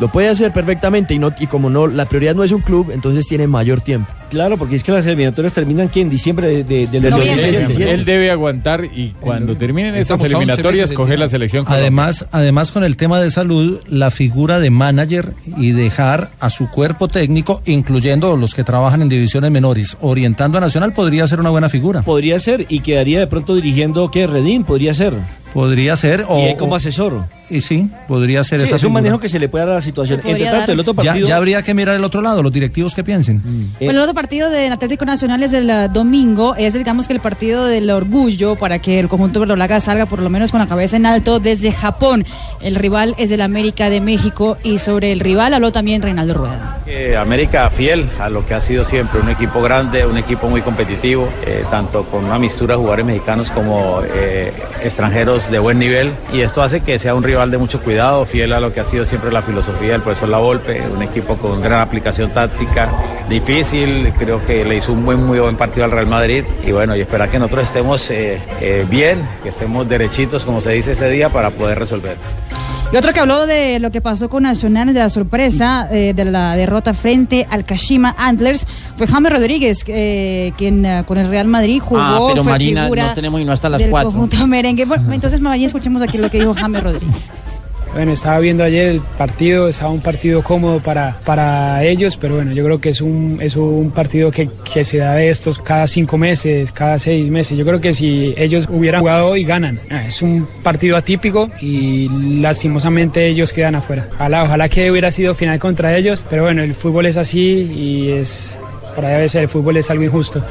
lo puede hacer perfectamente y no y como no la prioridad no es un club, entonces tiene mayor tiempo. Claro, porque es que las eliminatorias terminan aquí en diciembre de, de- del No, 2017. Él debe aguantar y cuando terminen estas Estamos a once meses eliminatorias, de coger final. la selección. Colombia. Además, además con el tema de salud, la figura de manager y dejar a su cuerpo técnico, incluyendo los que trabajan en divisiones menores, orientando a Nacional podría ser una buena figura. Podría ser y quedaría de pronto dirigiendo que Redín, podría ser. Podría ser o y él como asesor. y sí, podría ser Sí, esa es un figura. manejo que se le puede dar a la situación. Se podría Entre tanto, dar. el otro Ya, partido. Mm. Eh, ya habría que mirar el otro lado, los directivos que piensen. Pues el otro partido del Atlético Nacional es el ah, domingo, es digamos que el partido del orgullo para que el conjunto verdolaga salga por lo menos con la cabeza en alto desde Japón. El rival es el América de México y sobre el rival habló también Reinaldo Rueda. Eh, América fiel a lo que ha sido siempre, un equipo grande, un equipo muy competitivo, eh, tanto con una mistura de jugadores mexicanos como eh, extranjeros de buen nivel. Y esto hace que sea un rival de mucho cuidado, fiel a lo que ha sido siempre la filosofía del profesor La Volpe, un equipo con gran aplicación táctica, difícil, creo que le hizo un buen, muy buen partido al Real Madrid. Y bueno, y esperar que nosotros estemos eh, eh, bien, que estemos derechitos, como se dice ese día, para poder resolver. Y otro que habló de lo que pasó con Nacional, de la sorpresa, eh, de la derrota frente al Kashima Antlers, fue James Rodríguez, eh, quien ah, con el Real Madrid jugó, Ah, pero fue Marina, figura no tenemos y no hasta las del 4. conjunto merengue. Bueno, entonces, Magallanes, escuchemos aquí lo que dijo James Rodríguez. Bueno, estaba viendo ayer el partido, estaba un partido cómodo para, para ellos, pero bueno, yo creo que es un, es un partido que, que se da de estos cada cinco meses, cada seis meses. Yo creo que si ellos hubieran jugado hoy, ganan. Ah, Es un partido atípico y lastimosamente ellos quedan afuera. Ojalá, ojalá que hubiera sido final contra ellos, pero bueno, el fútbol es así y es, para a veces el fútbol es algo injusto.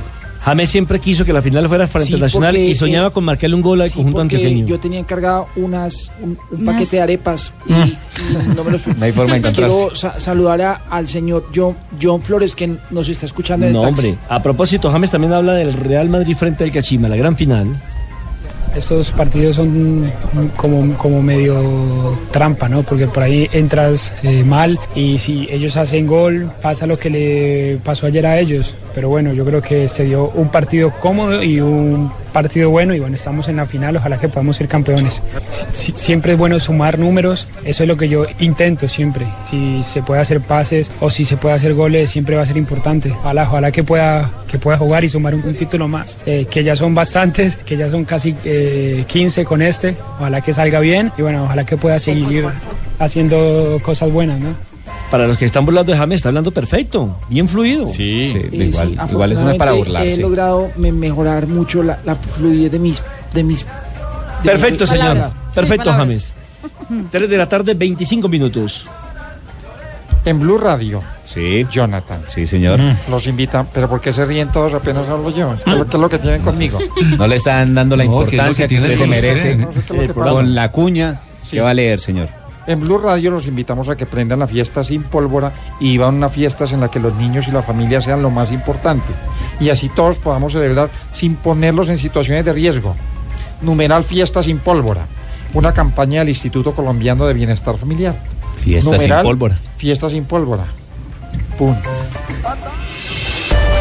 James siempre quiso que la final fuera frente Sí, al Nacional porque, y soñaba eh, con marcarle un gol al conjunto porque antioqueño. yo tenía encargado unas, un, un Unas- paquete de arepas y, y Mm. no me los No hay forma de encontrarse. Quiero sa- saludar a- al señor John, John Flores que nos está escuchando en No, el taxi. hombre. A propósito, James también habla del Real Madrid frente al Cachima, la gran final. Estos partidos son como, como medio trampa, ¿no? Porque por ahí entras eh, mal y si ellos hacen gol, pasa lo que le pasó ayer a ellos. Pero bueno, yo creo que se dio un partido cómodo y un partido bueno y bueno, estamos en la final, ojalá que podamos ser campeones. Si- si- siempre es bueno sumar números, eso es lo que yo intento siempre. Si se puede hacer pases o si se puede hacer goles, siempre va a ser importante. Ojalá, ojalá que pueda, que pueda jugar y sumar un, un título más, eh, que ya son bastantes, que ya son casi eh, 15 con este. Ojalá que salga bien y bueno, ojalá que pueda seguir haciendo cosas buenas, ¿no? Para los que están burlando de James, está hablando perfecto, bien fluido. Sí, Eh, sí, afortunadamente eh, He logrado me- mejorar mucho la, la fluidez de mis... De mis de Perfecto, mis señor. palabras. Perfecto, James. 3 de la tarde, 25 minutos. En Blue Radio. Sí. Jonathan. Mm. Sí, señor. Los invitan, pero ¿por qué se ríen todos apenas hablo yo? ¿Qué es lo que tienen conmigo? No le están dando la No, que es lo importancia que que, usted se tienen con merece. ustedes, ¿no? Es lo eh, que pasa. con la cuña que va a leer, señor. En Blue Radio los invitamos a que prendan la fiesta sin pólvora y van a unas fiestas en las que los niños y la familia sean lo más importante. Y así todos podamos celebrar sin ponerlos en situaciones de riesgo. numeral fiesta sin pólvora, una campaña del Instituto Colombiano de Bienestar Familiar. Fiesta sin pólvora. Fiesta sin pólvora. Pum.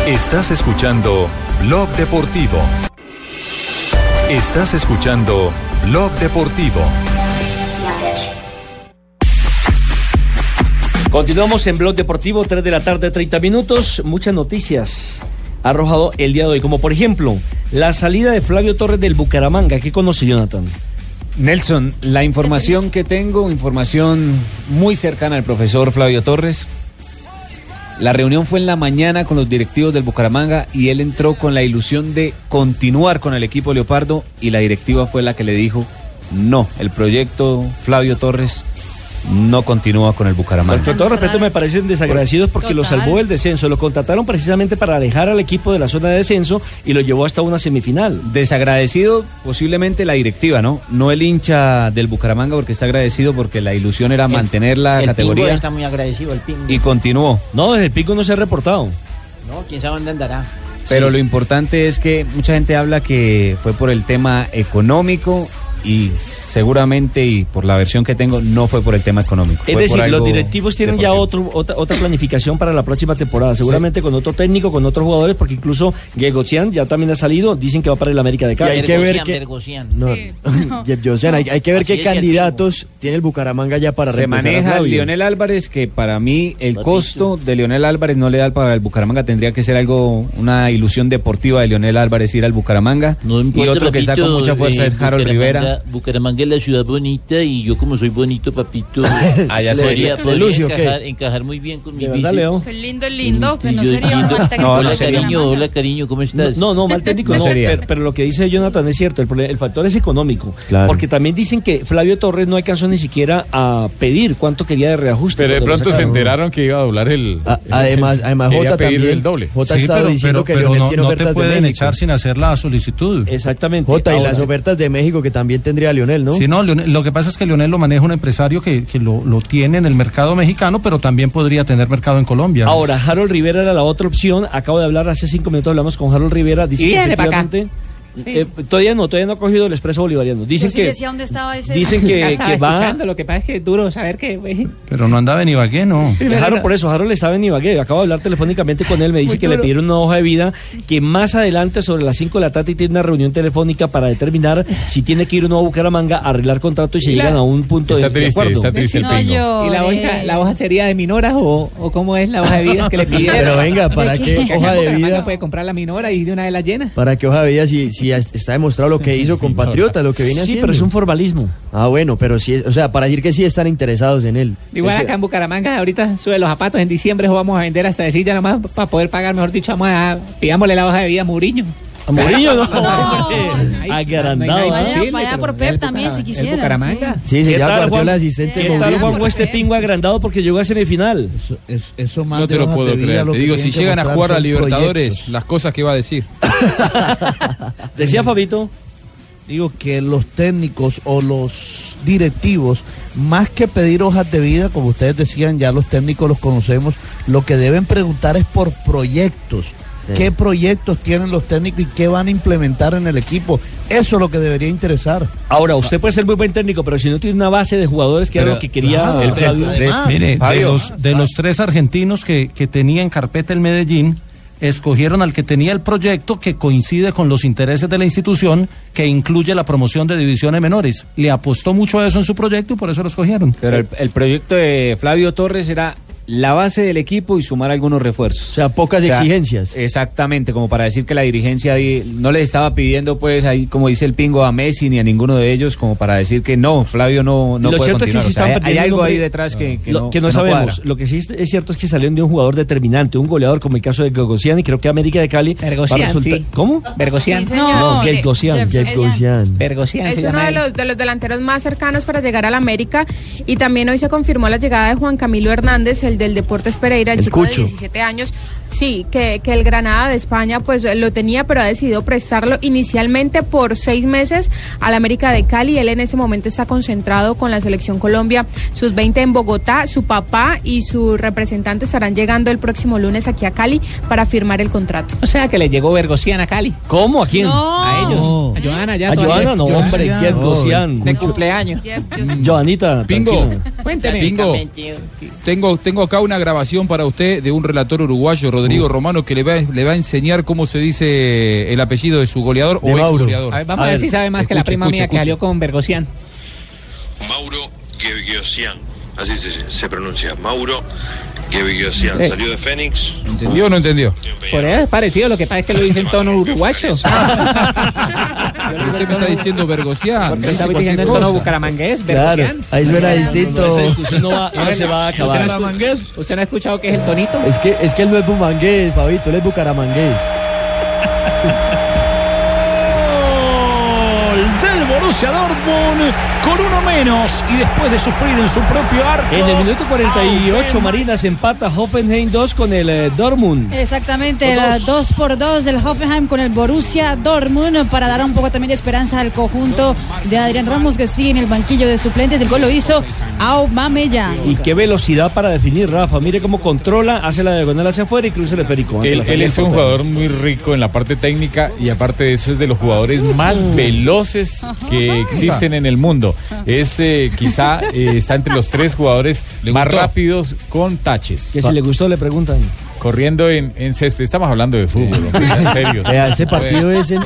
Estás escuchando Blog Deportivo. Estás escuchando Blog Deportivo. Continuamos en Blog Deportivo, 3 de la tarde, 30 minutos. Muchas noticias ha arrojado el día de hoy, como por ejemplo la salida de Flavio Torres del Bucaramanga. ¿Qué conoce Jonathan? Nelson, la información que tengo, información muy cercana al profesor Flavio Torres. La reunión fue en la mañana con los directivos del Bucaramanga y él entró con la ilusión de continuar con el equipo Leopardo y la directiva fue la que le dijo, no, el proyecto Flavio Torres no continúa con el Bucaramanga. Con todo respeto, me parecen desagradecidos porque lo salvó del descenso. Lo contrataron precisamente para alejar al equipo de la zona de descenso y lo llevó hasta una semifinal. Desagradecido posiblemente la directiva, ¿no? No el hincha del Bucaramanga porque está agradecido porque la ilusión era mantener la el Pingo categoría está muy agradecido, el pingo. y continuó. No, desde el pico no se ha reportado. No, quién sabe dónde andará. Pero lo importante es que mucha gente habla que fue por el tema económico y seguramente y por la versión que tengo no fue por el tema económico. Es fue por decir, los algo directivos tienen ya otro, otra, otra planificación para la próxima temporada, seguramente con otro técnico, con otros jugadores, porque incluso Gregocian ya también ha salido, dicen que va para el América de Y Cali. hay que ver que, No, Jeff Johnson, hay, hay que ver Así qué es el candidatos tiene el Bucaramanga ya para se reemplazar a maneja Flavio. Lionel Álvarez que para mí el costo de Lionel Álvarez no le da para el Bucaramanga tendría que ser algo una ilusión deportiva de Lionel Álvarez ir al Bucaramanga y Pues, otro que está con repito, mucha fuerza eh, es Harold Bucaramanga- Rivera Bucaramanga es la ciudad bonita y yo como soy bonito, papito, Allá soy. podría, Le- podría Lucio, ¿qué? encajar, encajar muy bien con mi verdad, bici. Leo? Qué lindo, lindo, que no Yo- sería lindo. mal técnico. hola, para cariño, Bucaramanga. hola, cariño, ¿cómo No, estás? no, no, mal técnico, No no, sería. pero, pero lo que dice Jonathan es cierto, el, prole- el factor es económico, Claro. porque también dicen que Flavio Torres no alcanzó ni siquiera a pedir cuánto quería de reajuste. Pero de cuando lo pronto se sacaron. enteraron que iba a doblar el. Ah, además- además quería Jota pedir también. el doble. Jota Sí, estaba pero- diciendo que Pero Leonel no, tiene no ofertas te de pueden México. echar sin hacer la solicitud. Exactamente. Jota, y las ofertas de México que también tendría Lionel, ¿no? Sí, no, Leonel- lo que pasa es que Leonel lo maneja un empresario que, que lo, lo tiene en el mercado mexicano, pero también podría tener mercado en Colombia. Ahora, Harold Rivera era la otra opción. Acabo de hablar hace cinco minutos, hablamos con Harold Rivera. Dice Y que viene pa' acá. efectivamente- eh, todavía no, todavía no ha cogido el expreso bolivariano. Yo Dicen sí que decía dónde estaba ese- dicen que, que va. lo que pasa es que es duro saber que güey, Pero no andaba en Ibagué, no. Harold, por eso, Harold estaba en Ibagué. Acabo de hablar telefónicamente con él. Me dice Muy que le duro. pidieron una hoja de vida. Que más adelante, sobre las 5 de la tarde, tiene una reunión telefónica para determinar si tiene que ir o no a Bucaramanga, arreglar contrato y si Y la- llegan a un punto de, Está de triste, acuerdo. está triste el pingo. ¿Y la hoja, la hoja sería de minoras o, o cómo es la hoja de vidas que le pidieron? Pero venga, ¿para Porque qué acá en hoja de Bucaramanga vida? puede comprar la minora y de una vez la llena. Para que ojalá veía si, si has- está demostrado lo que hizo compatriota, lo que viene Sí, haciendo. pero es un formalismo. Ah, bueno, pero sí, es- o sea, para decir que sí están interesados en él. Igual Ese- acá en Bucaramanga ahorita sube los zapatos, en diciembre eso vamos a vender hasta decir ya nomás para poder pagar, mejor dicho, vamos a, pidámosle la hoja de vida a Muriño. A Mourinho no, hombre. Agrandado. no hay ¿eh? nadie. Vaya, vaya por Pep también, si quisieran. Bucaramanga. Sí, se llama ¿Qué tal, Juan? Guardiola asistente ¿Qué tal, Juan este pingo agrandado porque llegó a semifinal? Eso, más No te de lo hojas puedo de vida, creer. lo Te que digo, si tienen que llegan a mostrar jugar a son Libertadores, las cosas que va a decir. Decía Fabito. Mm. Digo que los técnicos o los directivos, más que pedir hojas de vida, como ustedes decían, ya los técnicos los conocemos, lo que deben preguntar es por proyectos. Sí. ¿Qué proyectos tienen los técnicos y qué van a implementar en el equipo? Eso es lo que debería interesar. Ahora, usted puede ser muy buen técnico, pero si no tiene una base de jugadores que era lo que quería. Claro, el- claro. el- Mire, de Fabio. los, de los tres argentinos que, que tenía en carpeta el Medellín, escogieron al que tenía el proyecto que coincide con los intereses de la institución, que incluye la promoción de divisiones menores. Le apostó mucho a eso en su proyecto y por eso lo escogieron. pero el, el proyecto de Flavio Torres era la base del equipo y sumar algunos refuerzos. O sea, pocas exigencias. Exactamente, como para decir que la dirigencia ahí no le estaba pidiendo, pues, ahí, como dice el pingo, a Messi ni a ninguno de ellos, como para decir que no, Flavio no, no lo puede cierto es que continuar. sí O sea, están hay, hay perdiendo algo un ahí hombre- detrás que, que lo- no, que no que no sabemos. cuadra. Lo que sí es- es cierto es que salieron de un jugador determinante, un goleador como el caso de Gogosian y creo que América de Cali. va a Bergocian, sí. ¿Cómo? Bergocian. Sí, señor. no, No, Gelgocian. Jefferson. Gelgocian. Bergocian Es se uno llama de él. los, de los delanteros más cercanos para llegar al América y también hoy se confirmó la llegada de Juan Camilo Hernández, el del Deportes Pereira, el, El chico de Cucho. 17 años, sí, que, que el Granada de España pues lo tenía, pero ha decidido prestarlo inicialmente por seis meses al América de Cali. Él en este momento está concentrado con la selección Colombia sus 20 en Bogotá. Su papá y su representante estarán llegando el próximo lunes aquí a Cali para firmar el contrato. O sea que le llegó Vergosian a Cali. ¿Cómo? ¿A quién? A ellos. A Joana, ya. A Joana, no, hombre, Jeff Gossian. De cumpleaños. Joanita, Pingo. tranquila. Cuénteme. Pingo, tengo, tengo acá una grabación para usted de un relator uruguayo, Rodrigo Romano, que le va, le va a enseñar cómo se dice el apellido de su goleador o ex goleador. A ver, vamos a ver, si sabe más que la Escuche, prima escuche, mía que escuche. salió con Vergosian. Mauro Gevigiosian, así se, se pronuncia, Mauro Gevigiosian, Eh. salió de Fénix. ¿Entendió o no entendió? Por eso es parecido, lo que pasa es que lo dice en tono uruguayo. Ah. Usted me está diciendo Vergosian. Está diciendo en tono bucaramangués, Vergosian. ahí suena distinto. ¿Usted no ha escuchado qué es el tonito? Es que, es que él no es bumangués, Fabito, él es bucaramangués. Gol del Borussia Dortmund con uno menos y después de sufrir en su propio arco. En el minuto 48, Marina se empata Hoffenheim 2 con el eh, Dortmund. Exactamente, Por la dos. 2 por 2 del Hoffenheim con el Borussia Dortmund para dar un poco también de esperanza al conjunto de Adrián Ramos que sigue en el banquillo de suplentes. El gol lo hizo Aubameyang. Y qué velocidad para definir, Rafa. Mire cómo controla, hace la diagonal hacia afuera y cruza el esférico. Él, él es un jugador muy rico en la parte técnica y aparte de eso es de los jugadores más veloces que existen en el mundo. Es eh, quizá eh, está entre los tres jugadores más rápidos con taches. Que si le gustó, le preguntan. Corriendo en, en césped. Estamos hablando de fútbol. hombre, sean serios. Vea, ese partido es el-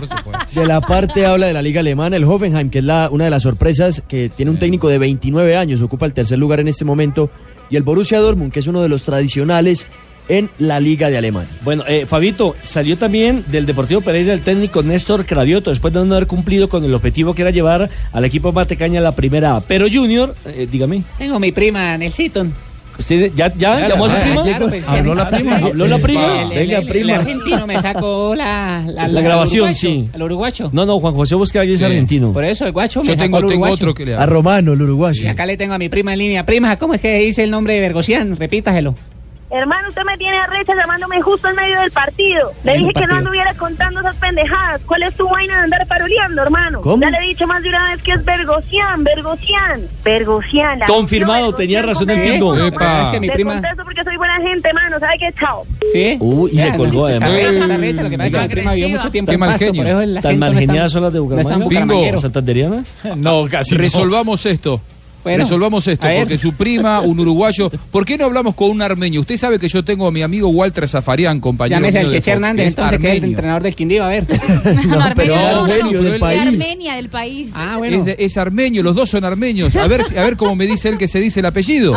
de la parte habla de la liga alemana, el Hoffenheim, que es la, una de las sorpresas, que tiene un técnico de 29 años, ocupa el tercer lugar en este momento, y el Borussia Dortmund, que es uno de los tradicionales en la liga de Alemania. Bueno, eh, Fabito, salió también del Deportivo Pereira el técnico Néstor Cravioto, después de no haber cumplido con el objetivo que era llevar al equipo Matecaña a la primera A. Pero Junior, eh, dígame, Tengo mi prima, Nelsito. ¿usted ya, ya Claro, llamó a su claro, prima? claro, pues, ¿Habló la prima? ¿Habló la prima? El- el- el- El argentino me sacó la, La grabación, uruguayo, sí. El uruguacho. No, no, Juan José Busca es argentino. Por eso el guacho me Yo tengo- sacó el tengo uruguayo. otro que le A Romano, el uruguayo. Y acá le tengo a mi prima en línea. Prima, ¿cómo es que dice el nombre de Vergosian? Repítaselo. Hermano, usted me tiene arrecha llamándome justo en medio del partido. Le En dije el que no partido. anduviera contando esas pendejadas. ¿Cuál es tu vaina de andar paroleando, hermano? ¿Cómo? Ya le he dicho más de una vez que es Vergocián, Vergocián, Vergocián. la- Confirmado, Vergocián tenía razón el con pingo. teléfono, Epa. mano. Es que mi Le prima- contesto porque soy buena gente, hermano. ¿Sabe qué? Chao. ¿Sí? Uh, y le Ya, colgó la además. recha, la recha, lo que pasa es que mi prima vivió mucho tiempo en Pasto, por eso el ¿Tan acento no es mal tan- geniadas son las de no es tan Bucaramanga? bucarambanguero. ¿Santanderianas? No, casi no. Resolvamos esto. Bueno, Resolvamos esto, a ver. porque su prima, un uruguayo. ¿Por qué no hablamos con un armenio? Usted sabe que yo tengo a mi amigo Walter Zafarian, compañero. Llámese mío al de Cheche Fox, Hernández, es entonces, que es el armenio. entrenador del Quindío, a ver. pero Ah, no, armenio no, del de país. Armenia, del país. Ah, Es, de- es armenio, los dos son armenios. A ver, si- a ver cómo me dice él que se dice el apellido.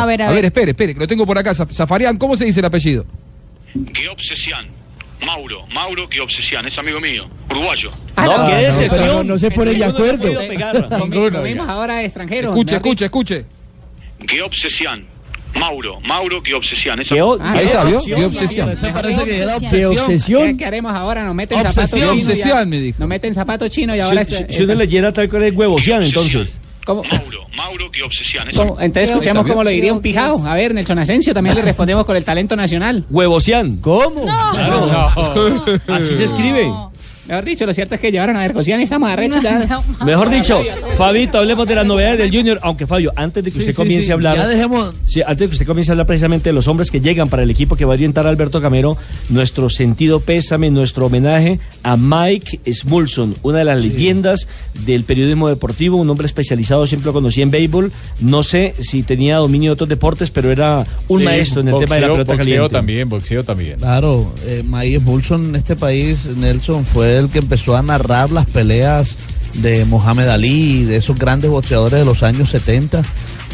A ver, a ver. espere, espere, que lo tengo por acá. Zaf- Zafarian, ¿cómo se dice el apellido? Geobsesian, Mauro, Mauro Geobsesian, es amigo mío, uruguayo. Ah, qué decepción. pero No, no se pone de acuerdo. Lo vimos ahora de extranjero. Escuche, mejor Escuche, escuche. Geobsesian, Mauro, Mauro Geobsesian, es amigo mío. parece que era obsesión. obsesión. ¿Qué, qué haremos ahora? Nos meten Obsesión. zapatos chinos. Obsesión, ya- me dijo. Nos meten zapatos chinos y Si- ahora. si- es- Si uno es- leyera tal cual es huevocian, entonces. ¿Cómo? Mauro Geobsesian, es ¿Cómo? Entonces escuchemos cómo lo diría un pijao. A ver, Nelson Asensio también le respondemos con el talento nacional. Huevocian. ¿Cómo? Claro. Así se escribe. Mejor dicho, lo cierto es que llevaron a Vergosian y estamos arrechos ya. Ah, Mejor dicho, Fabito, hablemos de las novedades del Junior, aunque Fabio, antes de que Sí, usted sí, comience sí, a hablar, ya dejemos- Sí, antes de que usted comience a hablar precisamente de los hombres que llegan para el equipo que va a orientar a Alberto Camero, nuestro sentido pésame, nuestro homenaje a Mike Smulson, una de las leyendas del periodismo deportivo, un hombre especializado, siempre lo conocí en béisbol, no sé si tenía dominio de otros deportes, pero era un Sí, maestro en el tema de la boxeo, pelota boxeo caliente. también, boxeo también. Claro, eh, Mike Bulson en este país, Nelson, fue el que empezó a narrar las peleas de Mohamed Ali, de esos grandes boxeadores de los años 70.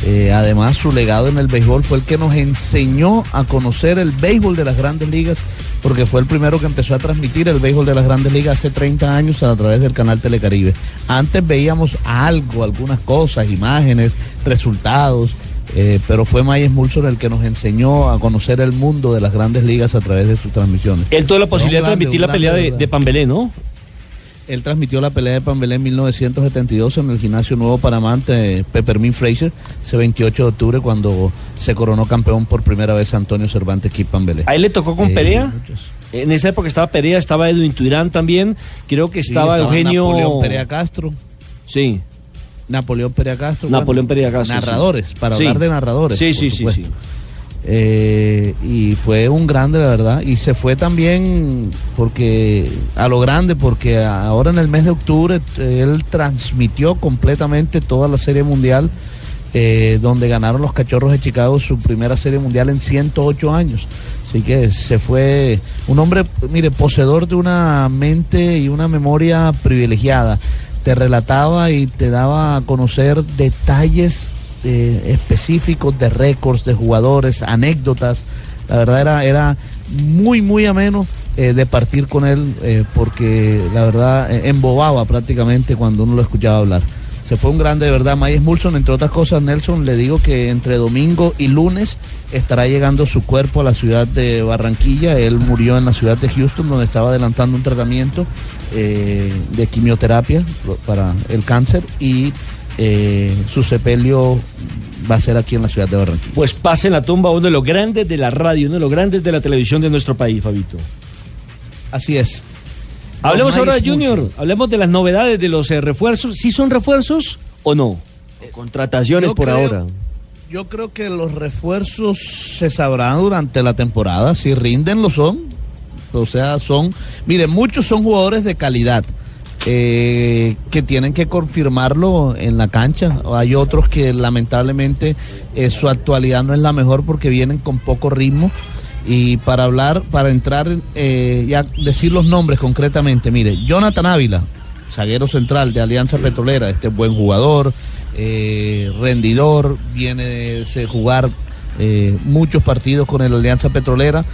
Eh, además, su legado en el béisbol fue el que nos enseñó a conocer el béisbol de las grandes ligas, porque fue el primero que empezó a transmitir el béisbol de las grandes ligas hace 30 años a través del canal Telecaribe. Antes veíamos algo, algunas cosas, imágenes, resultados, eh, pero fue Mayes Mulson el que nos enseñó a conocer el mundo de las grandes ligas a través de sus transmisiones. Él tuvo la posibilidad de grande, transmitir un la pelea grande, de, ¿verdad? de Pambelé, ¿no? Él transmitió la pelea de Pambelé en 1972 en el gimnasio Nuevo Panamá ante Peppermint Fraser, ese 28 de octubre, cuando se coronó campeón por primera vez Antonio Cervantes Kip Pambelé. ¿A él le tocó con Eh, Perea? En esa época estaba Perea, estaba Edwin Tuirán también. Creo que Sí, estaba, estaba Eugenio. Napoleón Perea Castro. Sí. Napoleón Perea Castro. Napoleón bueno, Perea Castro, sí. Narradores, para Sí. hablar de narradores. Sí, por sí, sí, supuesto. Eh, y fue un grande, la verdad. Y se fue también porque a lo grande, porque ahora en el mes de octubre eh, él transmitió completamente toda la Serie Mundial, eh, donde ganaron los Cachorros de Chicago su primera Serie Mundial en 108 años. Así que se fue un hombre, mire, poseedor de una mente y una memoria privilegiada. Te relataba y te daba a conocer detalles eh, específicos de récords, de jugadores, anécdotas. La verdad era, era muy, muy ameno eh, de partir con él eh, porque la verdad eh, embobaba prácticamente cuando uno lo escuchaba hablar. Se fue un grande de verdad, Mayes Mulson, entre otras cosas, Nelson, le digo que entre domingo y lunes estará llegando su cuerpo a la ciudad de Barranquilla. Él murió en la ciudad de Houston, donde estaba adelantando un tratamiento eh, de quimioterapia pro- para el cáncer y eh, su sepelio va a ser aquí en la ciudad de Barranquilla. Pues pase en la tumba uno de los grandes de la radio, uno de los grandes de la televisión de nuestro país, Fabito. Así es. Hablemos Don ahora de Maíz Junior, Mucho. hablemos de las novedades de los eh, refuerzos. ¿Sí son refuerzos o no? Contrataciones Yo por creo- ahora. Yo creo que los refuerzos se sabrán durante la temporada. Si rinden, lo son. O sea, son. Miren, muchos son jugadores de calidad eh, que tienen que confirmarlo en la cancha. Hay otros que lamentablemente eh, su actualidad no es la mejor porque vienen con poco ritmo. Y para hablar, para entrar, eh, ya decir los nombres concretamente, mire, Jonathan Ávila, zaguero central de Alianza Petrolera, este es buen jugador, eh, rendidor, viene de se- jugar eh, muchos partidos con el Alianza Petrolera.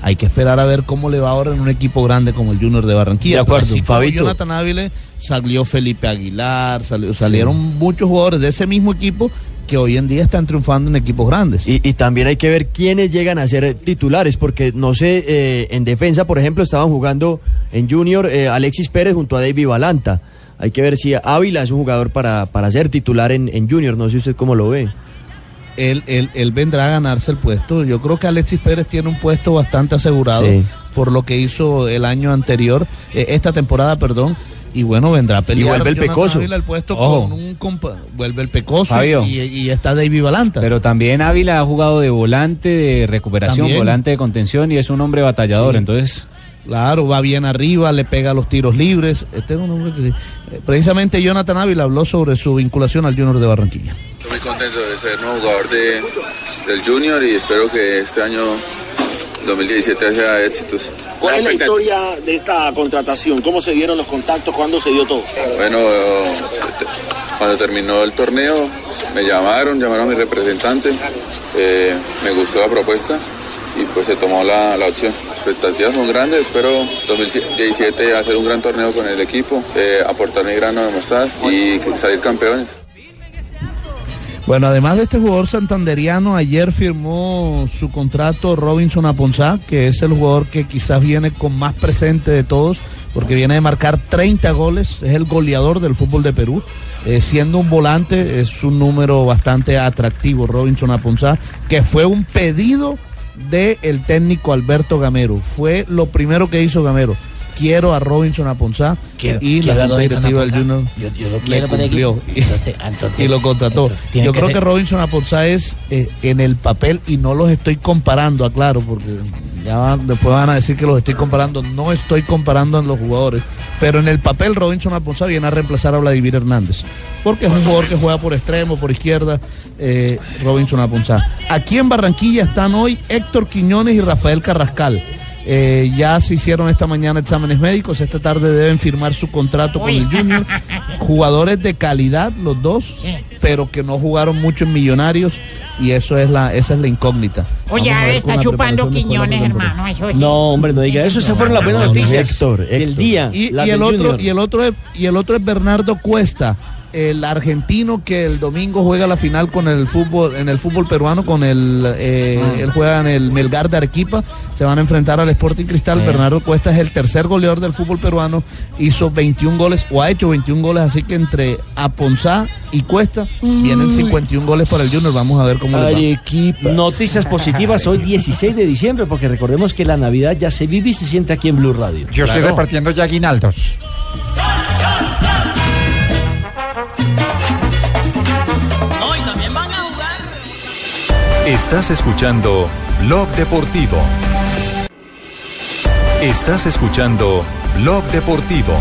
Hay que esperar a ver cómo le va ahora en un equipo grande como el Junior de Barranquilla. De acuerdo, Pero así como Fabito. Jonathan Ávila, salió Felipe Aguilar, salió- salieron muchos jugadores de ese mismo equipo que hoy en día están triunfando en equipos grandes. Y, y también hay que ver quiénes llegan a ser eh, titulares, porque no sé, eh, en defensa, por ejemplo, estaban jugando en Junior eh, Alexis Pérez junto a David Valanta. Hay que ver si Ávila es un jugador para, para ser titular en, en Junior, no sé usted cómo lo ve. él, él- él vendrá a ganarse el puesto. Yo creo que Alexis Pérez tiene un puesto bastante asegurado Sí. por lo que hizo el año anterior, eh, esta temporada, perdón. Y bueno, vendrá a pelear. vuelve el Jonathan Pecoso. Ávila al puesto Ojo. con un compa- vuelve el pecoso Fabio. y, y está David Valanta. Pero también Ávila ha jugado de volante de Eh, recuperación, También. volante de contención y es un hombre batallador, entonces Claro, va bien arriba, le pega los tiros libres. Este es un hombre que- eh, Precisamente Jonathan Ávila habló sobre su vinculación al Junior de Barranquilla. Estoy muy contento de ser nuevo jugador de- del Junior y espero que este año 2017 sea éxitos. ¿Cuál es la historia de esta contratación? ¿Cómo se dieron los contactos? ¿Cuándo se dio todo? Bueno, eh, cuando terminó el torneo me llamaron, llamaron a mi representante, eh, me gustó la propuesta y pues se tomó la, la opción. Expectativas son grandes, espero 2017 hacer un gran torneo con el equipo, eh, aportar mi grano de mostrar y salir campeones. Bueno, además de este jugador santanderiano, ayer firmó su contrato Robinson Aponzá, que es el jugador que quizás viene con más presente de todos, porque viene de marcar 30 goles, es el goleador del fútbol de Perú. Eh, siendo un volante, es un número bastante atractivo, Robinson Aponzá, que fue un pedido del el técnico Alberto Gamero. Fue lo primero que hizo Gamero. Quiero a Robinson Aponzá Quiero- y quiero la a Junta Robinson Directiva del Aponzá. Junior Yo- yo lo le quiero para el cumplió. equipo. Entonces, entonces, y lo contrató. entonces, tiene Yo que creo ser- que Robinson Aponzá es eh, en el papel y no los estoy comparando, aclaro, porque ya van- después van a decir que los estoy comparando. No estoy comparando en los jugadores, pero en el papel Robinson Aponzá viene a reemplazar a Vladimir Hernández, porque es un jugador que juega por extremo, por izquierda, eh, Robinson Aponzá. Aquí en Barranquilla están hoy Héctor Quiñones y Rafael Carrascal. Eh, ya se hicieron esta mañana exámenes médicos, esta tarde deben firmar su contrato con el Junior jugadores de calidad los dos, pero que no jugaron mucho en Millonarios y eso es la esa es la incógnita. Oye, Vamos a ver está con la chupando preparación después de la Quiñones, temporada. hermano. Eso sí. No, hombre, no diga eso. Esas fueron las buenas No, no, noticias Héctor, del Héctor. día. Y, las y el del otro Junior. y el otro es, y el otro es Bernardo Cuesta. el argentino que el domingo juega la final con el fútbol en el fútbol peruano con el eh, Ah. él juega en el Melgar de Arequipa se van a enfrentar al Sporting Cristal Ah. Bernardo Cuesta es el tercer goleador del fútbol peruano hizo 21 goles o ha hecho 21 goles así que entre Aponzá y Cuesta vienen 51 goles para el Junior vamos a ver cómo les va. Noticias positivas hoy 16 de diciembre, porque recordemos que la Navidad ya se vive y se siente aquí en Blue Radio. Yo estoy repartiendo ya aguinaldos. Estás escuchando Blog Deportivo. Estás escuchando Blog Deportivo.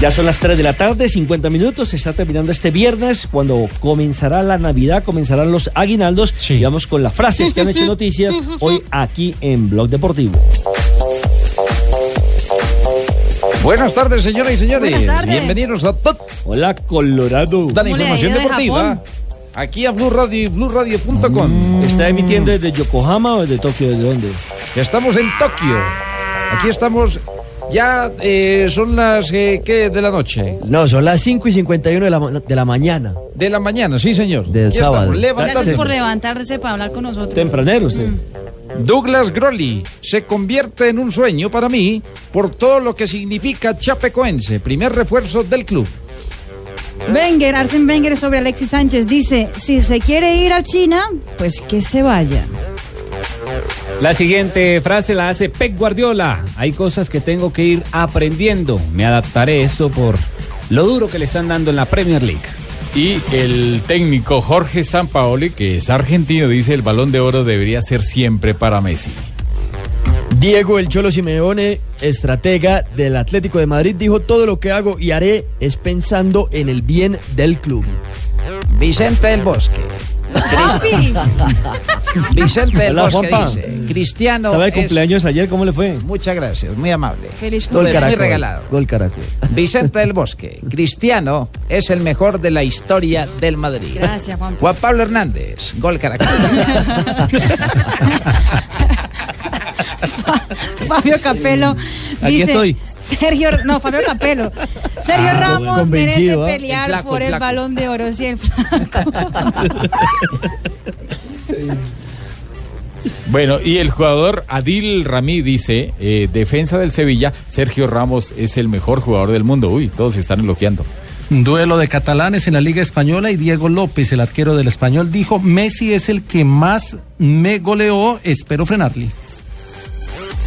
Ya son las 3 de la tarde, 50 minutos, se está terminando este viernes, cuando comenzará la Navidad, comenzarán los aguinaldos, y vamos con las frases que han hecho noticias hoy aquí en Blog Deportivo. Buenas tardes, señoras y señores. Buenas tardes. Bienvenidos a Tot. Hola, Colorado. Da la ¿Cómo le ha información ido de deportiva. Japón? Aquí a Blue Radio y BlueRadio.com. Mm. ¿Está emitiendo desde Yokohama o desde Tokio? ¿De dónde? Estamos en Tokio. Aquí estamos. Ya eh, son las eh, ¿qué? de la noche. No, son las 5 y 51 de la, ma- de la mañana. De la mañana, sí, señor. Del Aquí sábado. estamos, levantándose. Gracias por levantarse para hablar con nosotros. Tempranero usted. Mm. Douglas Grolly se convierte en un sueño para mí por todo lo que significa Chapecoense, primer refuerzo del club. Wenger, Arsene Wenger sobre Alexis Sánchez dice, si se quiere ir a China, pues que se vaya. La siguiente frase la hace Pep Guardiola. Hay cosas que tengo que ir aprendiendo. Me adaptaré esto por lo duro que le están dando en la Premier League. Y el técnico Jorge Sampaoli, que es argentino, dice el balón de oro debería ser siempre para Messi. Diego El Cholo Simeone, estratega del Atlético de Madrid, dijo todo lo que hago y haré es pensando en el bien del club. Vicente del Bosque. Vicente del Hola, Bosque Juanpa. dice, Cristiano ¿Estaba de es- cumpleaños ayer? ¿Cómo le fue? Muchas gracias, muy amable. Feliz Muy regalado. Gol Caracol. Vicente del Bosque, Cristiano es el mejor de la historia del Madrid. Gracias, Juan. Juan Pablo Hernández, gol Caracol. Fabio Capello dice, Aquí estoy. Sergio, no, Fabio Capello. Sergio Ah, Ramos merece convencido, ¿ah? pelear El flaco, por el el, flaco. balón de oro, sí, el flaco. Bueno, y el jugador Adil Ramí dice, eh, defensa del Sevilla, Sergio Ramos es el mejor jugador del mundo. Uy, todos se están elogiando. Duelo de catalanes en la Liga Española y Diego López, el arquero del español, dijo, Messi es el que más me goleó, espero frenarle.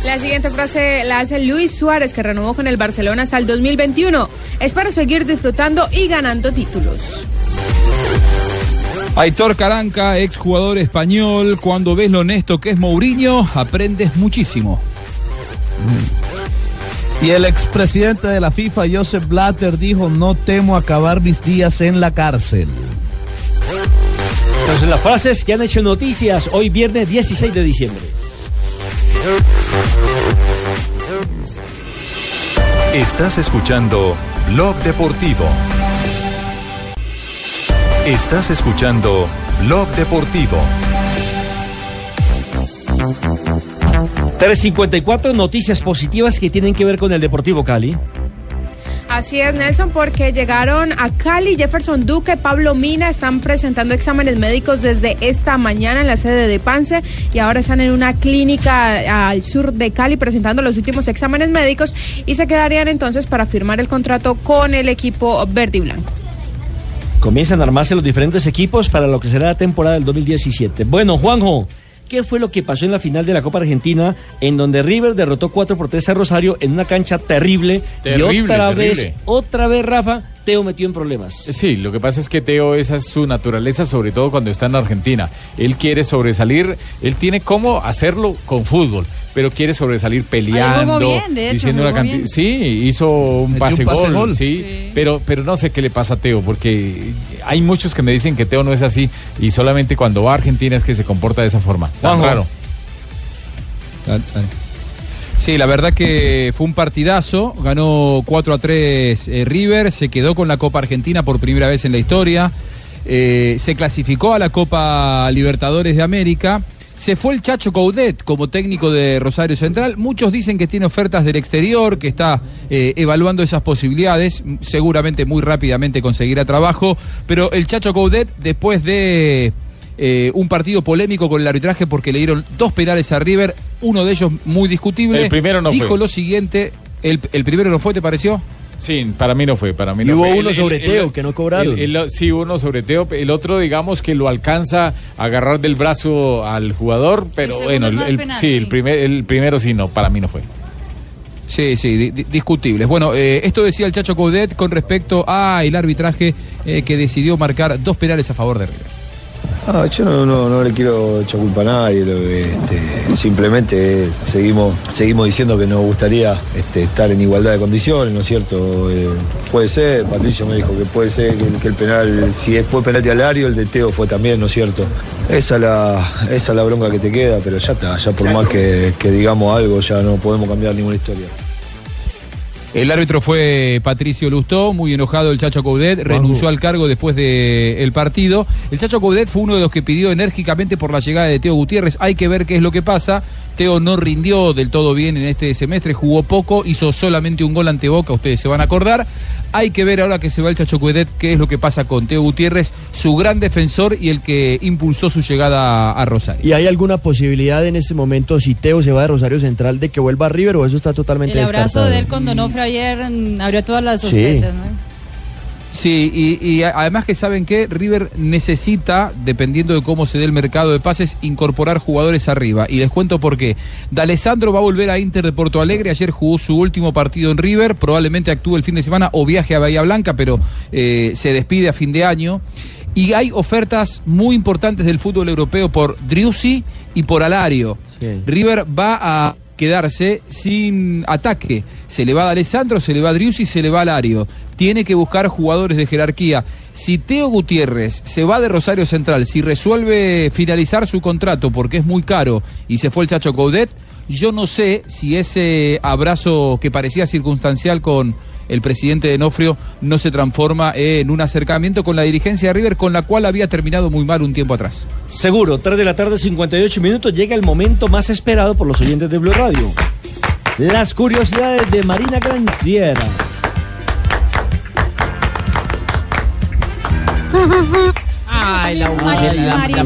La siguiente frase la hace Luis Suárez, que renovó con el Barcelona hasta el 2021. Espero seguir disfrutando y ganando títulos. Aitor Caranca, exjugador español, cuando ves lo honesto que es Mourinho, aprendes muchísimo. Y el expresidente de la FIFA, Joseph Blatter, dijo, no temo acabar mis días en la cárcel. Entonces las frases que han hecho noticias hoy viernes 16 de diciembre. Estás escuchando Blog Deportivo. Estás escuchando Blog Deportivo. 354 noticias positivas que tienen que ver con el Deportivo Cali. Así es, Nelson, porque llegaron a Cali, Jefferson Duque, Pablo Mina, están presentando exámenes médicos desde esta mañana en la sede de Pance y ahora están en una clínica al sur de Cali presentando los últimos exámenes médicos y se quedarían entonces para firmar el contrato con el equipo verde y blanco. Comienzan a armarse los diferentes equipos para lo que será la temporada del 2017. Bueno, Juanjo, ¿qué fue lo que pasó en la final de la Copa Argentina en donde River derrotó 4 por 3 a Rosario en una cancha terrible, y Terrible, otra terrible. vez, otra vez Rafa Teo metió en problemas? Sí, lo que pasa es que Teo, esa es su naturaleza, sobre todo cuando está en Argentina. Él quiere sobresalir, él tiene cómo hacerlo con fútbol, pero quiere sobresalir peleando, Ah, bien, de hecho, diciendo una jugó cantidad. bien. Sí, hizo un Metió pase un pase gol, gol. Sí, Pero, pero no sé qué le pasa a Teo, porque hay muchos que me dicen que Teo no es así y solamente cuando va a Argentina es que se comporta de esa forma. Tan Juanjo. raro. Ah, Sí, la verdad que fue un partidazo. Ganó 4 a 3 eh, River, se quedó con la Copa Argentina por primera vez en la historia. eh, se clasificó a la Copa Libertadores de América. Se fue el Chacho Coudet como técnico de Rosario Central. Muchos dicen que tiene ofertas del exterior, que está eh, evaluando esas posibilidades. Seguramente muy rápidamente conseguirá trabajo. Pero el Chacho Coudet, después de eh, un partido polémico con el arbitraje porque le dieron dos penales a River, uno de ellos muy discutible. El primero no Dijo fue. lo siguiente, el, el primero no fue, ¿te pareció? Sí, para mí no fue, para mí no Y hubo fue. uno sobre Teo, que no cobraron. el- el- sí, uno sobre Teo, el otro digamos que lo alcanza a agarrar del brazo al jugador, pero segundo bueno, es el, más el- penal, sí, sí. el primer el primero sí no, para mí no fue. Sí, sí, di- di- discutibles. Bueno, eh, esto decía el Chacho Coudet con respecto al arbitraje eh, que decidió marcar dos penales a favor de River. Ah, yo no, no- no le quiero echar culpa a nadie, lo- este, simplemente eh, seguimos, seguimos diciendo que nos gustaría este, estar en igualdad de condiciones, ¿no es cierto? Eh, puede ser, Patricio me dijo que puede ser que, el- que el penal, si fue penalti al área, el de Teo fue también, ¿no es cierto? Esa es la, esa es la bronca que te queda, pero ya está, ya por más que, que digamos algo, ya no podemos cambiar ninguna historia. El árbitro fue Patricio Lustó, muy enojado el Chacho Coudet, renunció al cargo después del partido. El Chacho Coudet fue uno de los que pidió enérgicamente por la llegada de Teo Gutiérrez. Hay que ver qué es lo que pasa. Teo no rindió del todo bien en este semestre, jugó poco, hizo solamente un gol ante Boca, ustedes se van a acordar. Hay que ver ahora que se va el Chacho Coudet qué es lo que pasa con Teo Gutiérrez, su gran defensor y el que impulsó su llegada a Rosario. ¿Y hay alguna posibilidad en este momento, si Teo se va de Rosario Central, de que vuelva a River o eso está totalmente El abrazo descartado? de él con Donofrio ayer mm, abrió todas las Sí. sospechas, ¿no? Sí, y, y a- además que saben que River necesita, dependiendo de cómo se dé el mercado de pases, incorporar jugadores arriba. Y les cuento por qué. D'Alessandro va a volver a Inter de Porto Alegre. Ayer jugó su último partido en River. Probablemente actúe el fin de semana o viaje a Bahía Blanca, pero eh, se despide a fin de año. Y hay ofertas muy importantes del fútbol europeo por Driussi y por Alario. River va a quedarse sin ataque. Se le va a Alessandro, se le va a Driussi, se le va a Lario. Tiene que buscar jugadores de jerarquía. Si Teo Gutiérrez se va de Rosario Central, si resuelve finalizar su contrato porque es muy caro y se fue el Chacho Coudet, yo no sé si ese abrazo que parecía circunstancial con el presidente de Nofrio no se transforma en un acercamiento con la dirigencia de River con la cual había terminado muy mal un tiempo atrás. Seguro, 3 de la tarde, 58 minutos, llega el momento más esperado por los oyentes de Blue Radio. Las curiosidades de Marina Granciera. Ay, la Mari- Mari- ¿cómo es? La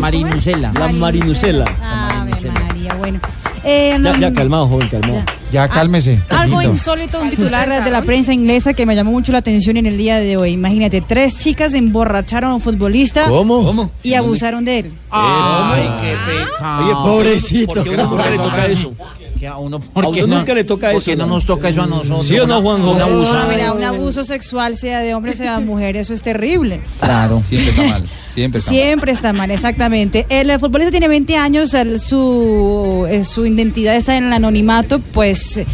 Marinucela. Ave Ah, María, bueno. Eh, Ya, ya, calmado, joven, calmado. Ya, cálmese. Ah, Algo insólito, un titular de la prensa inglesa que me llamó mucho la atención en el día de hoy. Imagínate, tres chicas emborracharon a un futbolista ¿Cómo? Eh, y abusaron de él. Ah, Ay, qué pecado. Oye, pobrecito. ¿Por qué uno nunca le toca eso? Que a uno, ¿Por qué no- por qué no nos toca eso a nosotros? Una- Juanjo? una No, abusada. mira, un abuso sexual, sea de hombre, sea de mujer, eso es terrible. Claro. Siempre está mal. Siempre está mal. Siempre está mal, exactamente. El, futbolista tiene 20 años, el- su, eh, su identidad está en el anonimato, pues eh,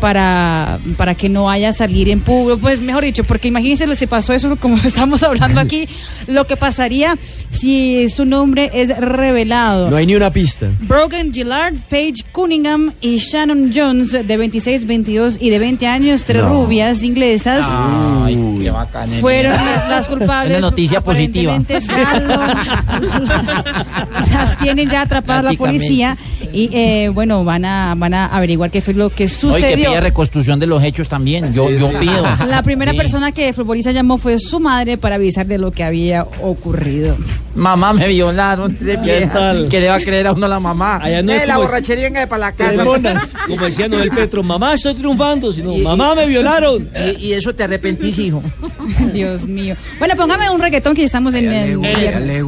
para, para que no haya salir en público, pues mejor dicho, porque imagínense se pasó eso como estamos hablando aquí, lo que pasaría si su nombre es revelado. No hay ni una pista. Brogan Gillard, Paige Cunningham y Shannon Jones, de 26, 22 y de 20 años, tres No. rubias inglesas. Ah, Ay, qué bacán. nene. Fueron las, las culpables. Una noticia positiva. aparentemente, ya lo- las tienen ya atrapadas la policía y eh, bueno, van a van a averiguar qué fue lo que Oye, que pide sucedió. reconstrucción de los hechos también. Yo, yo pido. La primera Sí. persona que el futbolista llamó fue su madre para avisar de lo que había ocurrido. Mamá, me violaron tres viejas. tal? Que le va a creer a uno la mamá. Allá no es Eh, la como- borrachería venga de para la Tres casa. monas. Como decía Noel Petro, mamá, estoy triunfando, sino mamá, me violaron. Y, y eso te arrepentís, hijo. Dios mío. Bueno, póngame un reggaetón que ya estamos en el.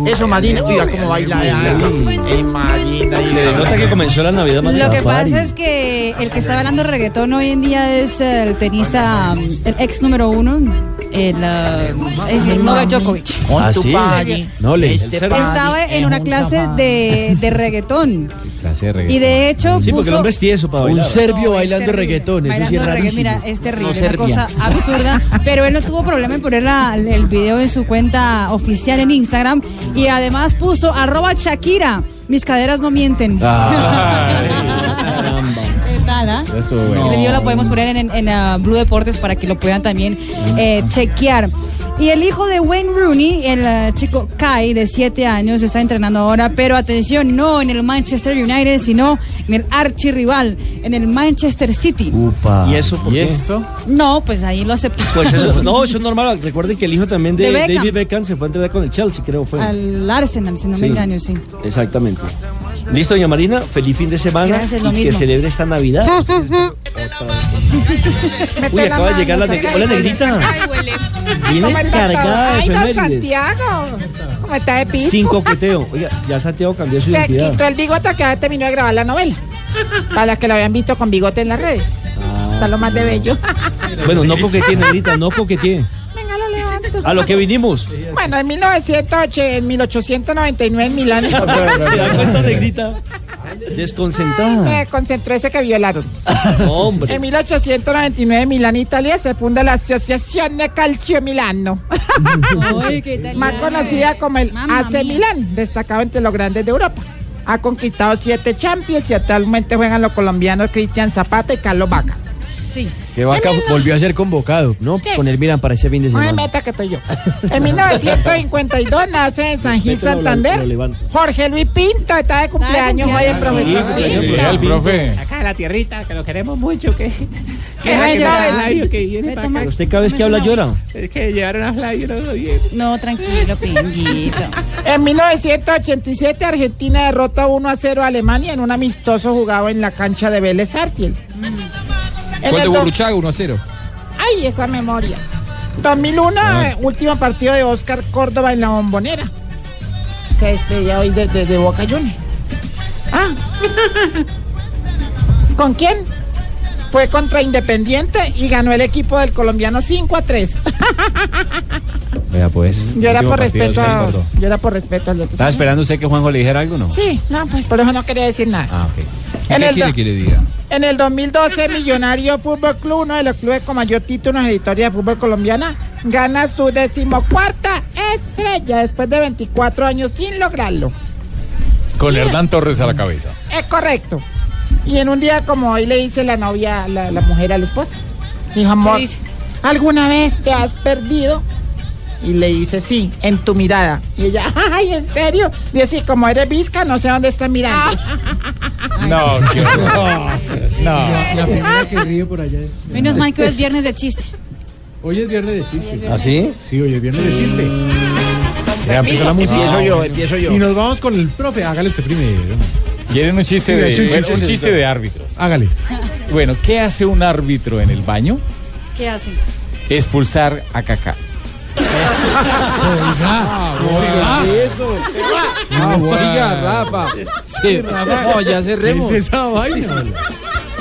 Eso, Marina, cuida cómo baila. Eh, Marina. Se nota que comenzó la Navidad más Lo que safari. pasa es que el que está hablando de reggaetón hoy en día es el tenista, um, el ex número uno, el, uh, es Novak Djokovic. Con tu pani, ¿Ah, No le. este Este Estaba en una clase de, de reggaetón y de hecho Sí, porque el puso- hombre es tieso para Un bailar. serbio No, es bailando terrible. reggaetón, eso sí Bailando es reggae- rarísimo. Mira, es No, terrible, una Serbia. cosa absurda. Pero él no tuvo problema en poner la- el video en su cuenta oficial en Instagram y además puso arroba Shakira. Mis caderas no mienten. Ah. ¿Qué tal, ah? El video lo podemos poner en, en, en, ah, Blue Deportes para que lo puedan también eh, chequear. Y el hijo de Wayne Rooney, el eh, chico Kai, de 7 años, está entrenando ahora, pero atención, no en el Manchester United, sino en el archirrival, en el Manchester City. Uh. ¿Y eso por qué? eso? No, pues ahí lo aceptaron. Pues eso- no, eso es normal. Recuerden que el hijo también de, De Beckham. David Beckham se fue a entrenar con el Chelsea, creo fue. Al Arsenal, si no Sí. me engaño, sí. Exactamente. Listo, doña Marina, feliz fin de semana. Gracias, lo y que mismo. Ah, celebre esta Navidad. Uy, acaba Mete de mano, llegar la neg- saca hola, el huele, negrita. saca el huele. Viene ¿Cómo está cargada todo? de Ay, don efemérides. Santiago. ¿Cómo está de pico? Sin coqueteo. Oiga, ya Santiago cambió su Se identidad. quitó el bigote que ahora terminó de grabar la novela. Para las que lo habían visto con bigote en las redes. Está lo más de bello. Ah. Bueno, no coquetee, negrita, no coquetee. Venga, lo levanto. A lo que vinimos. Bueno, en 1908, en 1899 en Milán. ¿Se da cuenta, negrita? Desconcentrada. Me concentró ese que violaron. Hombre. En 1899 en Milán, Italia, se funda la Asociación de Calcio Milano. Ay, qué italiano. Más conocida como el Mamma AC mia. Milán, destacado entre los grandes de Europa. Ha conquistado siete Champions y actualmente juegan los colombianos Cristian Zapata y Carlos Vaca. Sí. Que Vaca volvió a ser convocado, ¿no? Sí. Con el Milan para ese fin de No me semana. meta que estoy yo. En 1952 nace en San Gil, Respétalo, lo- lo Santander. levanto. Jorge Luis Pinto está de cumpleaños hoy el Ah, sí, profesor. cumpleaños, Pinto. profesor el Pinto. profe. Acá de la tierrita, que lo queremos mucho, que... Que Ay, es llorar. el Flavio que viene para acá. Pero usted cada vez que habla llora. Es que llevaron a Flavio, no lo vieron. No, tranquilo, pinguito. En 1987 Argentina derrota 1 a 0 a Alemania en un amistoso jugado en la cancha de Vélez Arfield. En Gol de el do- Burruchaga 1 a 0. Ay, esa memoria. 2001, Ah. eh, último partido de Oscar Córdoba en la bombonera. Se despedía hoy desde de, de Boca Juniors. Ah. ¿Con quién? Fue contra Independiente y ganó el equipo del colombiano 5 a 3. Vea, pues. Yo era último por partido, respeto Oscar a, Gordo. yo era por respeto al otro. ¿Estaba esperando usted que Juanjo le dijera algo, no? Sí, no, pues por eso no quería decir nada. Ah, ok. En el do- que le diga? En el 2012, Millonario Fútbol Club, uno de los clubes con mayor título en la historia de fútbol colombiana, gana su decimocuarta estrella después de 24 años sin lograrlo. Con Hernán Torres a la cabeza. Es correcto. Y en un día como hoy le dice la novia, la, la mujer al esposo, dijo, amor, ¿alguna vez te has perdido? Y le dice, sí, en tu mirada. Y ella, ay, ¿en serio? Y así, como eres visca, no sé dónde estás mirando. No, qué horror. No. Ah. La primera que ríe por allá. Menos mal que hoy es viernes de chiste. Hoy es viernes de chiste. ¿Ah, sí? Sí, hoy es viernes de chiste. Ya empezó la música. Empiezo yo, empiezo Ah, Y nos vamos con el profe. Hágale usted primero. ¿Quieren un chiste Sí, de, de hecho, un bueno, chiste un se chiste les da. de árbitros? Hágale. Bueno, ¿qué hace un árbitro en el baño? ¿Qué hacen? Expulsar a Kaká. Ah, eso. Ah, oiga, Rafa. Sí, Rafa. No, ya cerremos. ¿Qué es esa vaina? hombre?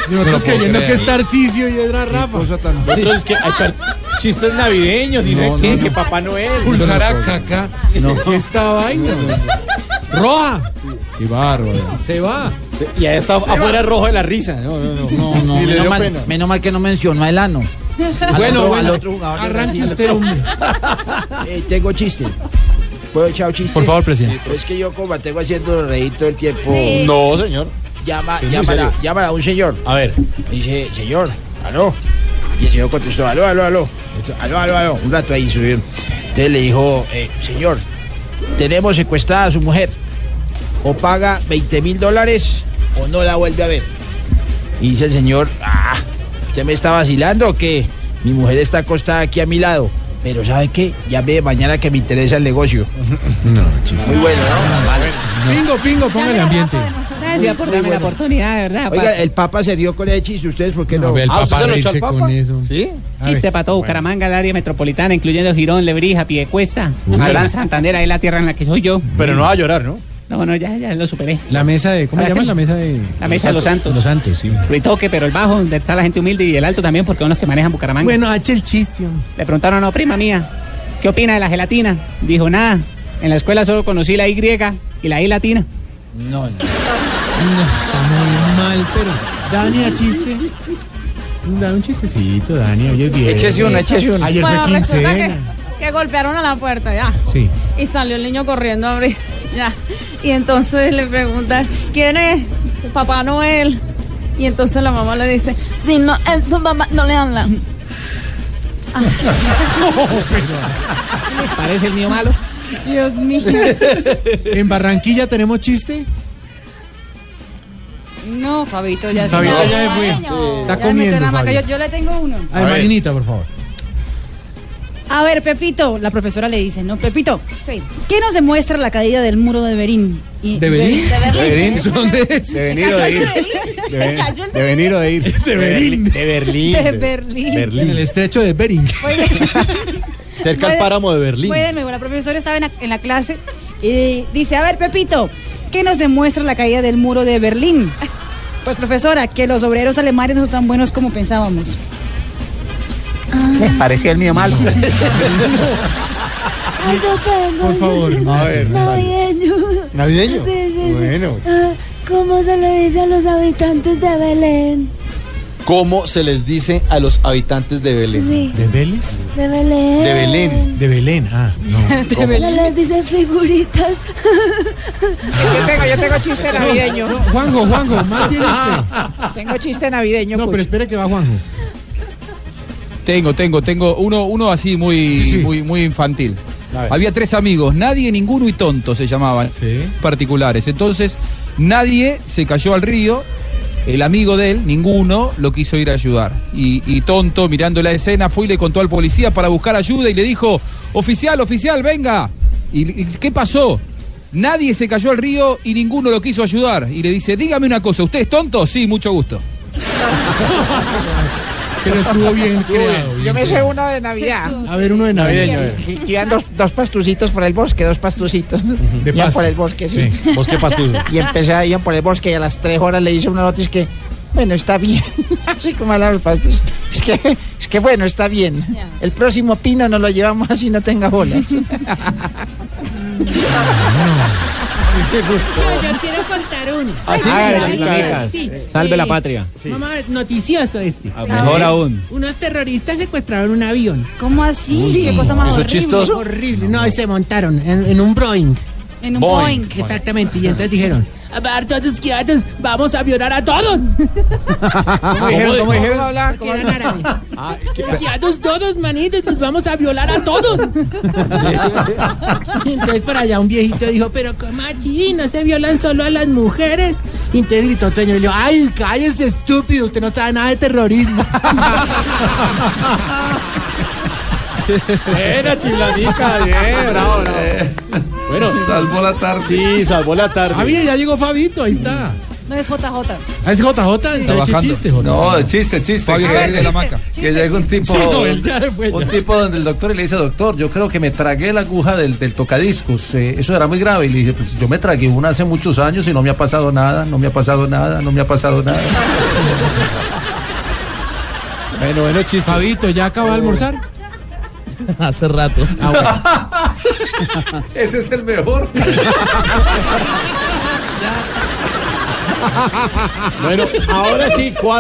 Y No lo Nosotros puedo creyendo creer. que es Tarcisio y era Rafa. Nosotros que achar- chistes navideños y no es que- que Papá Noel. Expulsar a caca. ¿Qué esta vaina? Roja. Qué bárbaro. Se va. Y ahí está Se afuera va. rojo de la risa. No, no, no. No, no, Y le menos dio mal- pena. Menos mal que no mencionó a Elano. Bueno, bueno, arranque Brasil. usted, hombre. Eh, tengo chiste. ¿Puedo echar un chiste? Por favor, presidente. Sí, pero es que yo como tengo haciendo reír todo el tiempo. Sí. No, señor. Llama, Sí, sí, llámala, serio. llámala a un señor. A ver. Dice, señor, aló. Y el señor contestó, aló, aló, aló. Entonces, Aló, aló, aló. Un rato ahí subió. Entonces le dijo, eh, señor, tenemos secuestrada a su mujer. O paga 20 mil dólares o no la vuelve a ver. Y dice el señor, ah, ¿usted me está vacilando o qué? Mi mujer está acostada aquí a mi lado. Pero ¿sabe qué? Llame mañana que me interesa el negocio. No, chiste. Muy bueno, ¿no? Pingo, pingo, ponga el ambiente. Gracias por darme la oportunidad, de verdad. Oiga, pa- el Papa se rió con el hechizo, ¿ustedes por qué no? Ah, ve, el Ah, Papa ¿usted se lo echó reírse al Papa? con eso. ¿Sí? Chiste para todo Bucaramanga, el área metropolitana, incluyendo Girón, Lebrija, Piedecuesta, Alán, Santander, ahí la tierra en la que soy yo. Pero no va a llorar, ¿no? No, no, ya, ya lo superé. La mesa de. ¿Cómo ¿Para llaman qué? la mesa de.? La mesa de los santos. Los santos, sí. Ritoque, pero el bajo, donde está la gente humilde y el alto también, porque son los que manejan Bucaramanga. Bueno, hache el chiste. Le preguntaron a una prima mía, ¿qué opina de la gelatina? Dijo, nada, en la escuela solo conocí la Y y la I latina. No, no. está muy mal, pero. Dani, a chiste. Da un chistecito, Dani. Hoy es 10. Échese una, échese una. Ayer Bueno, fue resulta que, quincena. que golpearon a la puerta, ya. Sí. Y salió el niño corriendo a abrir, ya. Y entonces le preguntan, ¿quién es? Papá Noel. eh, Y entonces la mamá le dice, si no, es tu papá no le habla. Parece el mío malo. Dios mío. ¿En Barranquilla tenemos chiste? No, Fabito, ya se Fabito la- ya se fue. Bueno, Está ya me metió comiendo, la maca. Fabio. Yo, yo le tengo uno. A ver, Marinita, por favor. A ver, Pepito, la profesora le dice, ¿no? Pepito, ¿qué nos demuestra la caída del muro de Berín? Y- ¿De Berín? Berlín. ¿Dónde es? De venir o de ir. De, ven- de venir o de ir. De Berlín. De Berlín. De Berlín. En el estrecho de Bering. Cerca al Fue de- páramo de Berlín. Fue de nuevo, la profesora estaba en la, en la clase y dice, a ver, Pepito, ¿qué nos demuestra la caída del muro de Berlín? Pues profesora, que los obreros alemanes no son tan buenos como pensábamos. Parecía el mío malo. Ay, yo tengo. Por favor. A ver. Navideño. ¿Navideño? Sí, sí, sí. Bueno. Ah, ¿Cómo se le dice a los habitantes de Belén? ¿Cómo se les dice a los habitantes de Belén? Sí. ¿De Vélez? De Belén. De Belén. De Belén, ah. No les dicen figuritas. Yo tengo, yo tengo chiste navideño. Ah. No, Juanjo, Juanjo, más bien usted. Tengo chiste navideño. pues. No, pero espere que va Juanjo. Tengo, tengo, tengo uno, uno así muy, muy, muy infantil. A ver. Había tres amigos, nadie, ninguno y tonto se llamaban particulares. Entonces, nadie se cayó al río, el amigo de él, ninguno, lo quiso ir a ayudar. Y, y tonto, mirando la escena, fue y le contó al policía para buscar ayuda y le dijo, oficial, oficial, venga. ¿Y, y qué pasó? Nadie se cayó al río y ninguno lo quiso ayudar. Y le dice, dígame una cosa, ¿usted es tonto? Sí, mucho gusto. Pero estuvo bien creado. Yo me sé uno de Navidad. A ver, uno de navideño, a ver. Que- que Iban dos, dos pastucitos por el bosque, dos pastucitos. De Iban pasto. por el bosque, sí. Sí, bosque pastudo. Y empecé a ir por el bosque y a las tres horas le hice una noticia que, bueno, está bien. Así como hablan los pastos. Es que, es que bueno, está bien. El próximo pino nos lo llevamos así no tenga bolas. No, yo quiero contar uno. Ah, Así, sí, Ay, ay, la ay, amiga. sí. Salve Eh, la patria. Mamá, noticioso este. Ah, mejor aún. Unos terroristas secuestraron un avión. ¿Cómo así? Sí, Qué cosa más Eso horrible. chistoso. Horrible. No, y se montaron en, en un Boeing. En un Boeing. Boeing. Exactamente. Y entonces dijeron, a ver, todos quietos, vamos a violar a todos. ¿Cómo dijeron? ¿Cómo dijeron? Porque eran árabes. Quietos todos, manitos, los vamos a violar a todos. Y Entonces para allá un viejito dijo, pero ¿cómo así? No se violan solo a las mujeres. Y entonces gritó otro señor y le dijo, ay, cállese estúpido, usted no sabe nada de terrorismo. Buena, chiflanica, bien, bravo, bravo. Bueno, salvó la tarde. Sí, salvó la tarde. Ah, mira, ya llegó Fabito, ahí está. No es JJ. Ah, es JJ, entonces chiste, JJ. No, chiste, chiste. Fabio que, Gabriel de la Maca. que llega un tipo, Sí, no, él ya un tipo donde el doctor y le dice, doctor, yo creo que me tragué la aguja del, del tocadiscos. eh, eso era muy grave. Y le dice, pues yo me tragué una hace muchos años y no me ha pasado nada, no me ha pasado nada, no me ha pasado nada. Bueno, bueno, chiste. Fabito, ¿ya acaba de almorzar? Hace rato. Ah, Ah, Ese es el mejor. Bueno, ahora sí, cuatro.